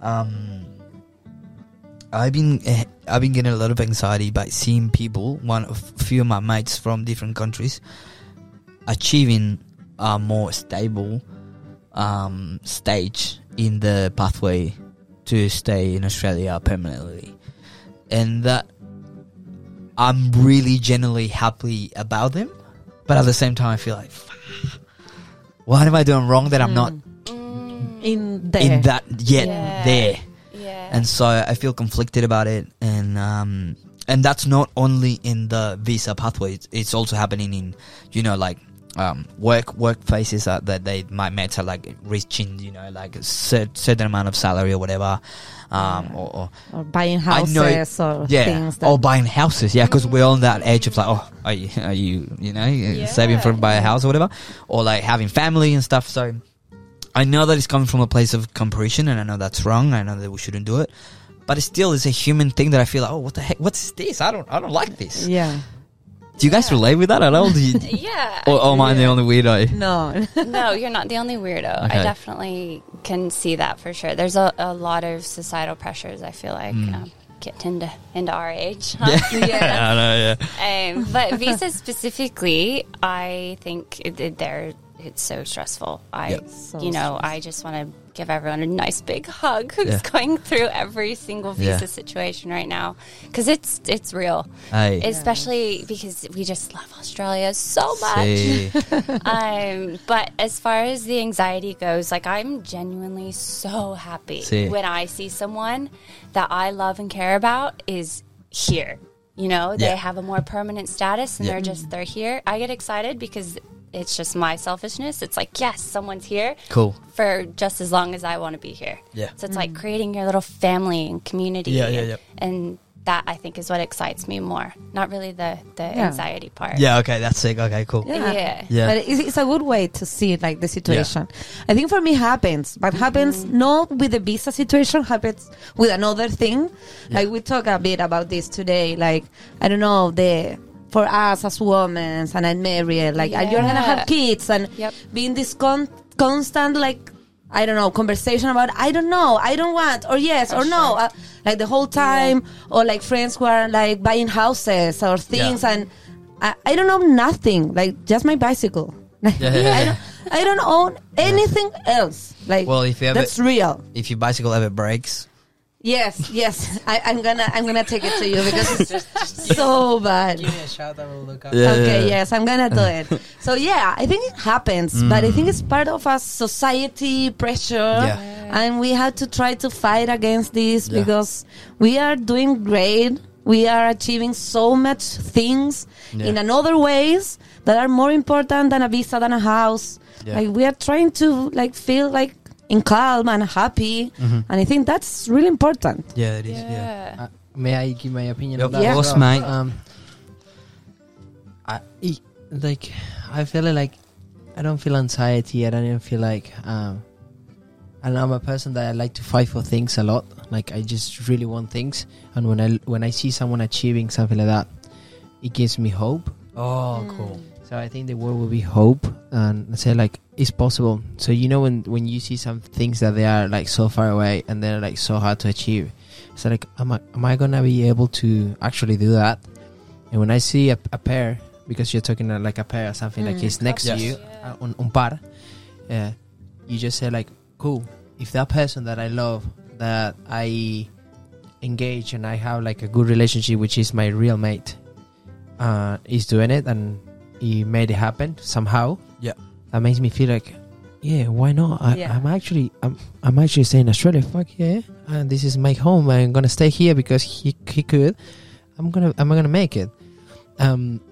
S1: Um, I've been eh, I've been getting a lot of anxiety by seeing people, one of few of my mates from different countries, achieving a more stable um, stage in the pathway to stay in Australia permanently, and that I'm really genuinely happy about them, but at the same time I feel like, "Fuck, what am I doing wrong that I'm not
S2: Mm.
S3: Mm,
S2: in there.
S1: in that yet
S3: Yeah.
S1: there?
S3: Yeah. Yeah.
S1: and so I feel conflicted about it, and um, and that's not only in the visa pathway; it's, it's also happening in, you know, like um, work workplaces that, that they might matter, like reaching, you know, like a cer- certain amount of salary or whatever, um, or, or
S2: or buying
S1: I know it-
S2: houses or
S1: yeah,
S2: things that
S1: or buying houses, yeah, because we're on that edge of like, oh, are you, are you, you know, saving for buy a house or whatever, or like having family and stuff. So I know that it's coming from a place of comparison, and I know that's wrong. I know that we shouldn't do it, but it still is a human thing that I feel like, oh, what the heck, what's this? I don't, I don't like this.
S2: yeah
S1: Do you guys relate with that at all? Do you,
S3: yeah.
S1: or, or am I the only weirdo?
S2: no
S3: no, you're not the only weirdo.
S1: Okay.
S3: I definitely can see that for sure. There's a, a lot of societal pressures. I feel like um, get into into our age. huh?
S1: I know, Hmm. yeah.
S3: um, but visa specifically, I think it, it, there it's so stressful. I,
S1: Yep.
S2: So
S3: you know, I just want to give everyone a nice big hug who's
S1: Yeah.
S3: going through every single
S1: Yeah.
S3: visa situation right now because it's it's real,
S1: Aye.
S3: especially because we just love Australia so much
S1: See.
S3: um, but as far as the anxiety goes, like I'm genuinely so happy
S1: Sí.
S3: when I see someone that I love and care about is here. You know, they
S1: Yeah.
S3: have a more permanent status and
S1: Yeah.
S3: they're just they're here. I get excited because it's just my selfishness. It's like, yes, someone's here
S1: Cool.
S3: for just as long as I want to be here.
S1: Yeah.
S3: So it's like creating your little family and community.
S1: Yeah, yeah,
S3: and,
S1: yeah.
S3: and that I think is what excites me more. Not really the the anxiety part.
S1: Yeah. Okay. That's sick. Okay. Cool.
S3: Yeah.
S1: Yeah.
S2: But it's, it's a good way to see like the situation. I think for me happens, but
S3: Mm-hmm.
S2: happens not with the visa situation, happens with another thing. Like we talk a bit about this today. Like I don't know the for us as women and I'm married. Like and you're gonna have
S3: Yeah.
S2: kids and
S3: Yep.
S2: being this con- constant like. I don't know conversation about I don't know I don't want or yes or no uh, like the whole time or like friends who are like buying houses or things
S1: Yeah.
S2: and I, I don't own nothing, like just my bicycle. Like,
S1: Yeah, yeah, yeah.
S2: I, don't, I don't own anything else. Like
S1: Well, if you have
S2: that's
S1: it-
S2: real.
S1: If your bicycle ever breaks,
S2: Yes, yes. I, I'm gonna I'm gonna take it to you because it's so bad.
S4: Give me a shout. I will look up.
S1: Yeah,
S2: okay,
S1: yeah.
S2: yes, I'm gonna do it. So yeah, I think it happens, but I think it's part of a society pressure,
S1: Yeah.
S2: and we have to try to fight against this
S1: Yeah.
S2: because we are doing great. We are achieving so much things
S1: Yeah.
S2: in another ways that are more important than a visa, than a house.
S1: Yeah.
S2: Like we are trying to like feel like in calm and happy,
S1: Mm-hmm.
S2: and I think that's really important.
S1: yeah, it is. yeah.
S3: Yeah.
S4: Uh, may I give my opinion?
S1: Yeah,
S4: on that
S2: of
S4: as
S1: course,
S4: well?
S1: mate.
S4: Um, I I- like. I feel like I don't feel anxiety. I don't even feel like. Um, and I'm a person that I like to fight for things a lot. Like I just really want things, and when I when I see someone achieving something like that, it gives me hope.
S1: Oh, cool.
S4: So I think the word will be hope and say like it's possible. So you know when when you see some things that they are like so far away and they're like so hard to achieve. So like am I am I gonna be able to actually do that? And when I see a, a pair because you're talking uh, like a pair or something like it's next
S1: Yes.
S4: to you uh, un, un par, uh, you just say like cool. If that person that I love that I engage and I have like a good relationship, which is my real mate, uh, is doing it and he made it happen somehow.
S1: Yeah.
S4: that makes me feel like, yeah, why not? I,
S2: Yeah.
S4: I'm actually, I'm, I'm actually saying Australia, fuck yeah, and this is my home. I'm gonna stay here because he, he could. I'm gonna, I'm gonna make it. Um,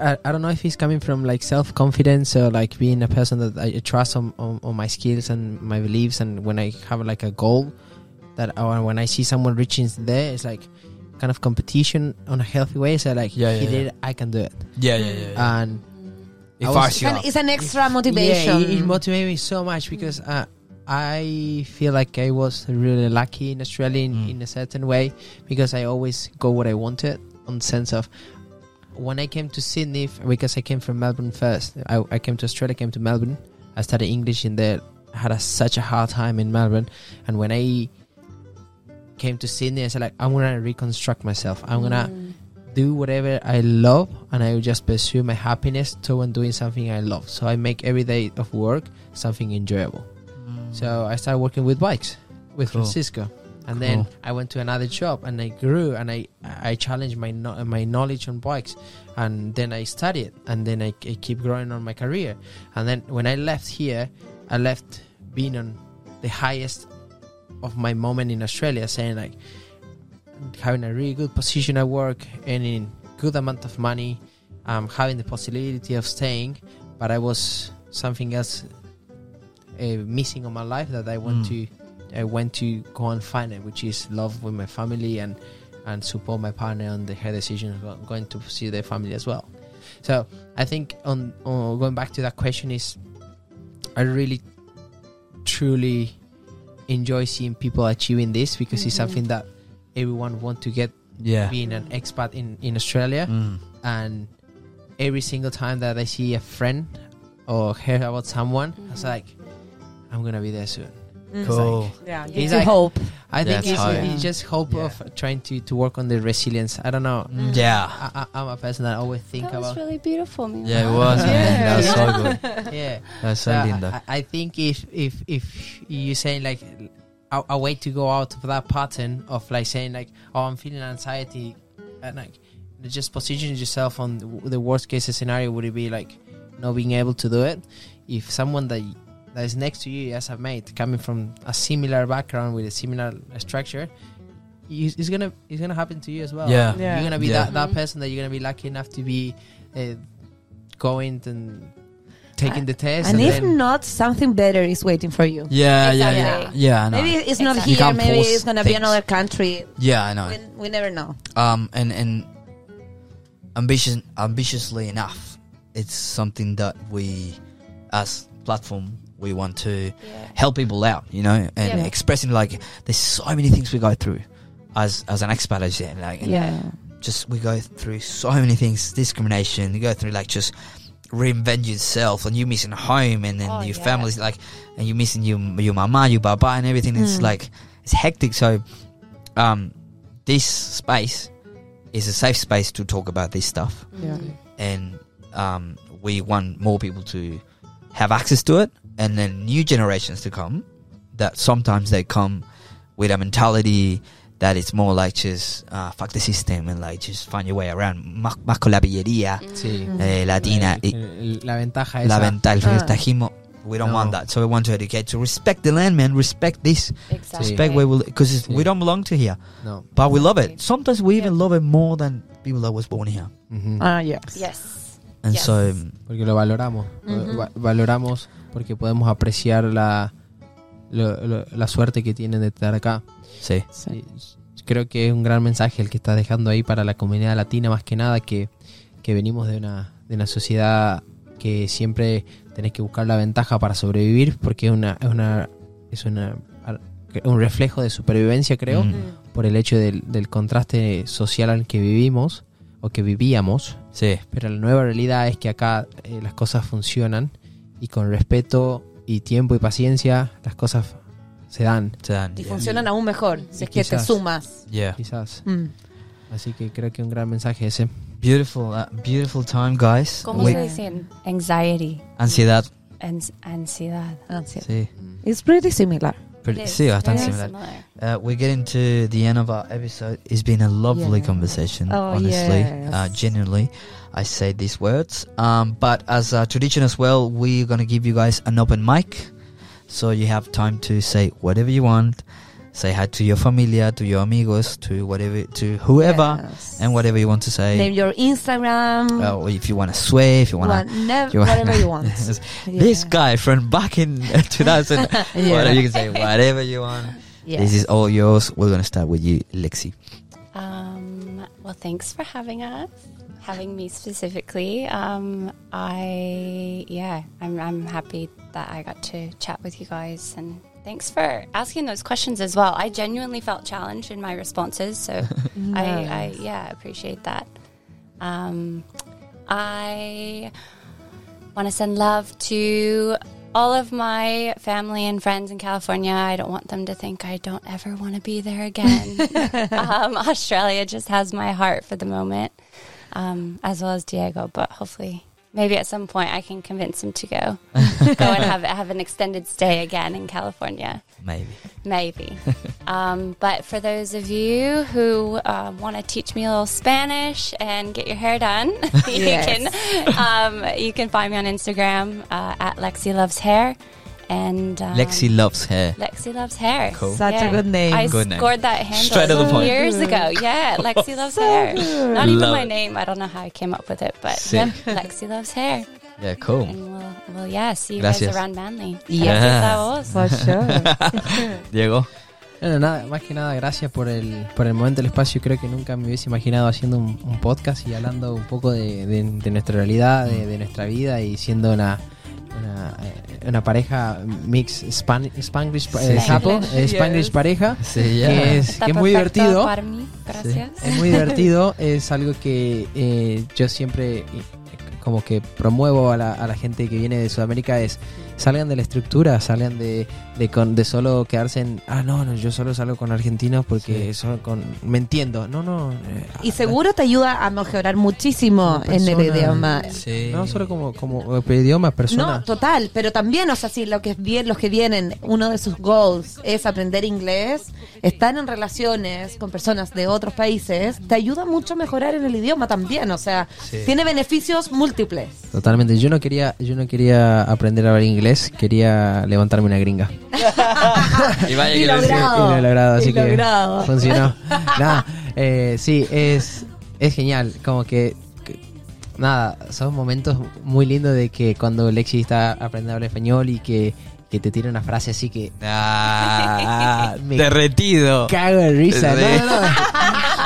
S4: I, I don't know if it's coming from like self confidence or like being a person that I trust on, on, on my skills and my beliefs, and when I have like a goal that I, when I see someone reaching there, it's like kind of competition on a healthy way. So like,
S1: Yeah,
S4: he
S1: yeah,
S4: did, it, I can do it,
S1: Yeah, yeah, yeah. yeah.
S4: and
S1: it
S4: Uh, I was-
S1: fires you
S2: And
S1: up.
S2: it's an extra motivation.
S4: yeah, it, it motivated me so much because uh, I feel like I was really lucky in Australia in,
S1: Mm.
S4: in a certain way because I always got what I wanted on the sense of when I came to Sydney f- because I came from Melbourne first. I, I came to Australia, came to Melbourne. I studied English in there. I had a, such a hard time in Melbourne, and when I came to Sydney, I said like I'm gonna reconstruct myself. I'm gonna do whatever I love and I will just pursue my happiness to when doing something I love. So I make every day of work something enjoyable. So I started working with bikes with
S1: Cool.
S4: Francisco. And then
S1: Cool.
S4: I went to another job and I grew and I, I challenged my no, my knowledge on bikes and then I studied and then I, I keep growing on my career. And then when I left here, I left being on the highest of my moment in Australia, saying like having a really good position at work, earning good amount of money, um, having the possibility of staying, but I was something else uh, missing on my life that I want
S1: Mm.
S4: to I went to go and find it, which is love with my family and and support my partner on the, her decision about going to see their family as well. So I think on, on going back to that question is I really truly enjoy seeing people achieving this because it's something that everyone want to get
S1: Yeah.
S4: being an expat in, in Australia
S1: Mm.
S4: and every single time that I see a friend or hear about someone, I was like, I'm gonna be there soon.
S1: Cool.
S2: Mm. Yeah,
S4: He's
S2: to
S4: like-
S2: hope.
S4: I think
S1: That's
S4: it's,
S1: hard.
S4: it's just hope
S1: Yeah.
S4: of trying to, to work on the resilience. I don't know.
S1: Mm. Yeah.
S4: I, I, I'm a person that always think
S3: that was
S4: about
S3: really beautiful, Mila.
S1: Yeah, it was. Man. That was so good.
S4: yeah.
S1: That was so
S4: So I,
S1: linda.
S4: Uh, I- I think if if if you saying like a, a way to go out of that pattern of like saying like oh I'm feeling anxiety and like just positioning yourself on the w- the worst case scenario would it be like not being able to do it if someone that y- that is next to you as a mate coming from a similar background with a similar structure you, it's gonna it's gonna happen to you as well
S1: Yeah.
S6: Yeah.
S4: you're gonna be
S1: Yeah.
S4: that, that person that you're gonna be lucky enough to be uh, going and taking the test
S2: And
S4: and
S2: if
S4: then-
S2: not, something better is waiting for you.
S1: Yeah, yeah, yeah.
S3: Exactly.
S1: Yeah, I know.
S2: Maybe it's not
S3: Exactly.
S1: You
S2: here.
S1: can't
S2: Maybe
S1: force
S2: it's gonna be
S1: things. Ah.
S2: another country.
S1: Yeah, I know.
S2: We, we never know.
S1: um and and ambition ambitiously enough it's something that we as platform we want to help people out you know and
S3: Yeah.
S1: expressing like there's so many things we go through as as an expat as you said, like and
S2: Yeah.
S1: just we go through so many things discrimination you go through like just reinvent yourself and you missing home and then
S3: Oh,
S1: your
S3: yeah.
S1: family's like and you missing your your mama your baba and everything it's
S3: Hmm.
S2: Mm.
S1: like it's hectic so um this space is a safe space to talk about this stuff
S6: Yeah.
S3: Mm.
S1: and um we want more people to have access to it and then new generations to come that sometimes they come with a mentality that it's more like just uh, fuck the system and like just find your way around. Más, más con la pillería
S4: Sí.
S1: eh, latina. y-
S4: Eh, La ventaja es
S1: la venta, el
S2: Mm-hmm. Ah.
S1: festajismo. We don't
S4: No.
S1: want that. So we want to educate, to respect the land, man. Respect this.
S3: Exactly.
S1: Respect where we because we
S4: Sí.
S1: don't belong to here.
S4: No.
S1: But we love it.
S3: Exactly.
S1: Sometimes we even
S3: Yeah.
S1: love it more than people that was born here.
S4: Ujú.
S6: Ah, yeah.
S3: Yes.
S1: And
S3: Yes.
S1: so, um,
S4: Porque lo valoramos.
S2: Ujú.
S4: Va- valoramos porque podemos apreciar la, lo- lo- la suerte que tienen de estar acá.
S1: sí.
S6: Sí.
S4: Y Creo que es un gran mensaje el que estás dejando ahí para la comunidad latina, más que nada, que, que venimos de una, de una sociedad que siempre tenés que buscar la ventaja para sobrevivir, porque es una, es una, es una un reflejo de supervivencia, creo.
S1: Mm.
S4: por el hecho del, del contraste social al que vivimos o que vivíamos,
S1: Sí.
S4: pero la nueva realidad es que acá eh, las cosas funcionan y con respeto y tiempo y paciencia las cosas se dan,
S1: So, and,
S2: Y
S1: yeah.
S2: funcionan aún mejor si es que te
S4: Quizás.
S2: sumas.
S1: Yeah.
S4: quizás.
S2: Mm.
S4: Así que creo que un gran mensaje ese.
S1: Beautiful, uh, beautiful time, guys.
S3: ¿Cómo
S1: We-
S3: se dice? Anxiety.
S1: ansiedad.
S3: Ans- ansiedad.
S2: That's it.
S1: Sí.
S2: It's pretty similar.
S1: Pretty,
S3: It is
S1: sí, bastante
S3: very
S1: similar.
S3: similar.
S1: Uh, we're getting to the end of our episode. It's been a lovely
S2: Yeah.
S1: conversation,
S2: Oh,
S1: honestly.
S2: yes.
S1: Uh, genuinely, I say these words. Um, but as a tradition as well, we're going to give you guys an open mic. So you have time to say whatever you want. Say hi to your familia, to your amigos, to whatever, to whoever,
S2: Yes.
S1: and whatever you want to
S2: Name
S1: say.
S2: your Instagram.
S1: Uh, or if you want to swear, if you want
S2: one- nev-
S1: to.
S2: whatever you want.
S1: This
S2: Yeah.
S1: guy from back in 2000. whatever, you can say whatever you want.
S2: Yeah.
S1: This is all yours. We're going to start with you, Lexi.
S3: Um, well, thanks for having us, having me specifically. Um, I yeah, I'm I'm happy that I got to chat with you guys, and thanks for asking those questions as well. I genuinely felt challenged in my responses, so
S2: Mm.
S3: I, I yeah appreciate that. Um, I want to send love to all of my family and friends in California. I don't want them to think I don't ever want to be there again. um, Australia just has my heart for the moment, um, as well as Diego. But hopefully, maybe at some point, I can convince him to go go and have have an extended stay again in California.
S1: Maybe.
S3: Maybe. um, but for those of you who uh, want to teach me a little Spanish and get your hair done, you
S2: Yes.
S3: can um, you can find me on Instagram uh, at Lexi Loves Hair, And um,
S1: Lexi loves hair.
S3: Lexi loves hair.
S1: Cool.
S2: Such a
S3: Yeah.
S2: good name.
S3: I
S1: Good name.
S3: scored that handle
S1: Straight to the point.
S3: years ago. Yeah, Lexi loves hair. Not even
S1: Love
S3: my
S1: it.
S3: name. I don't know how I came up with it, but
S1: Sick.
S3: Lexi loves hair.
S1: Yeah, cool.
S3: And we'll, well yeah, see you
S1: Gracias.
S3: guys around Manly.
S2: Yes.
S3: Gracias a vos.
S2: For sure.
S1: Diego.
S4: Bueno, nada, más que nada, gracias por el, por el momento, el espacio. Creo que nunca me hubiese imaginado haciendo un, un podcast y hablando un poco de, de- de nuestra realidad, de, de nuestra vida y siendo una, una, eh, una pareja mix Span- Spanglish, eh,
S1: Sí.
S4: couple,
S3: Spanglish,
S4: eh, Spanglish pareja.
S1: Sí, ya.
S4: Que es,
S3: Está
S4: que es muy
S3: perfecto
S4: divertido.
S3: para mí. Gracias.
S4: Es muy divertido, es algo que eh, yo siempre eh, como que promuevo a la, a la gente que viene de Sudamérica es salgan de la estructura, salgan de, de, con- de solo quedarse en, ah, no, no, yo solo salgo con argentinos porque solo con, me entiendo, no, no. eh,
S2: Y seguro te ayuda a mejorar muchísimo
S4: Como
S2: en el
S4: persona.
S2: idioma.
S1: Sí.
S4: No solo como, como eh, idiomas,
S2: No,
S4: personas.
S2: total, pero también, o sea, si lo que es bien, los que vienen, uno de sus goals es aprender inglés, estar en relaciones con personas de otros países, te ayuda mucho a mejorar en el idioma también, o sea,
S1: Sí.
S2: tiene beneficios múltiples.
S4: Totalmente, yo no quería yo no quería aprender a hablar inglés, quería levantarme una gringa.
S1: Y vaya
S2: Y
S1: que lo
S4: Sí,
S1: decía.
S2: Logrado.
S4: y lo he logrado, así
S2: Y
S4: que
S2: logrado.
S4: funcionó. nada, eh, sí, es, es genial. Como que, que- nada, son momentos muy lindos de que cuando Lexi está aprendiendo a hablar español y que, que te tira una frase así que
S1: Ah,
S4: Me-
S1: derretido.
S4: cago de risa.
S1: Sí.
S4: No, no, no.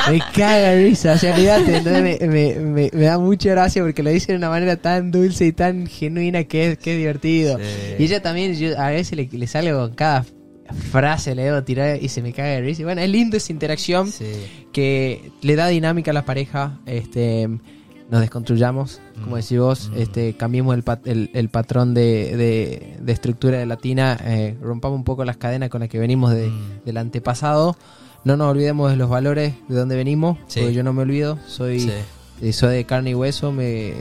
S4: Me caga de risa, o sea, olvídate, entonces me, me, me- me da mucha gracia porque lo dice de una manera tan dulce y tan genuina que es, que es divertido.
S1: Sí.
S4: Y ella también, yo, a veces le, le sale con cada frase, le debo tirar y se me caga de risa. Y Bueno, es lindo esa interacción
S1: Sí.
S4: que le da dinámica a las parejas, este, nos desconstruyamos,
S1: Mm.
S4: como decís vos, este, cambiemos el, pat- el, el patrón de, de- de estructura de latina, eh, rompamos un poco las cadenas con las que venimos de-
S1: Mm.
S4: del antepasado, no nos olvidemos de los valores de dónde venimos,
S1: Sí.
S4: porque yo no me olvido, soy...
S1: Sí.
S4: Eh, soy de carne y hueso, me,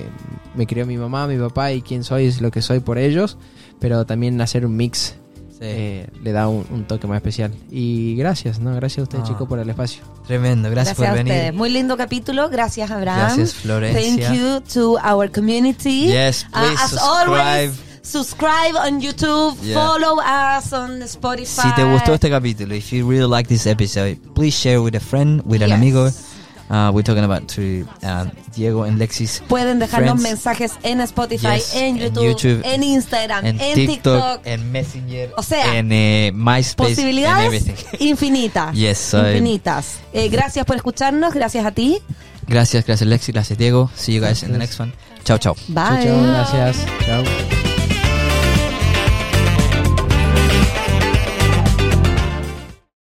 S4: me crió mi mamá, mi papá y quien soy es lo que soy por ellos, pero también hacer un mix
S1: Sí.
S4: eh, le da un, un toque más especial. Y gracias, ¿no? Gracias a ustedes
S1: Ah.
S4: chicos por el espacio.
S1: Tremendo. Gracias, por
S2: a
S1: venir.
S2: ustedes. Muy lindo capítulo. Gracias, Abraham.
S1: Gracias, Florencia.
S2: Thank you to our community.
S1: Yes,
S2: Uh,
S1: please
S2: as
S1: subscribe.
S2: always, subscribe on YouTube.
S1: Yeah.
S2: Follow us on Spotify.
S1: Si te gustó este capítulo, if you really like this episode, please share with a friend, with an
S2: Yes.
S1: amigo. Uh, we're talking about to um, Diego and Lexi's
S2: Pueden dejarnos
S1: friends
S2: mensajes en Spotify,
S1: Yes,
S2: en
S1: en
S2: YouTube,
S1: YouTube,
S2: en Instagram,
S1: and
S2: en
S1: TikTok,
S2: TikTok.
S1: and Messenger,
S2: O sea,
S1: and eh, MySpace, and
S2: Posibilidades
S1: everything.
S2: infinitas.
S1: Yes, so-
S2: infinitas. Eh, gracias por escucharnos. Gracias a ti.
S1: Gracias, gracias Lexi, gracias Diego. See you guys in the next one. Chao, chao.
S2: Bye.
S4: Chau, chau, gracias. Chao.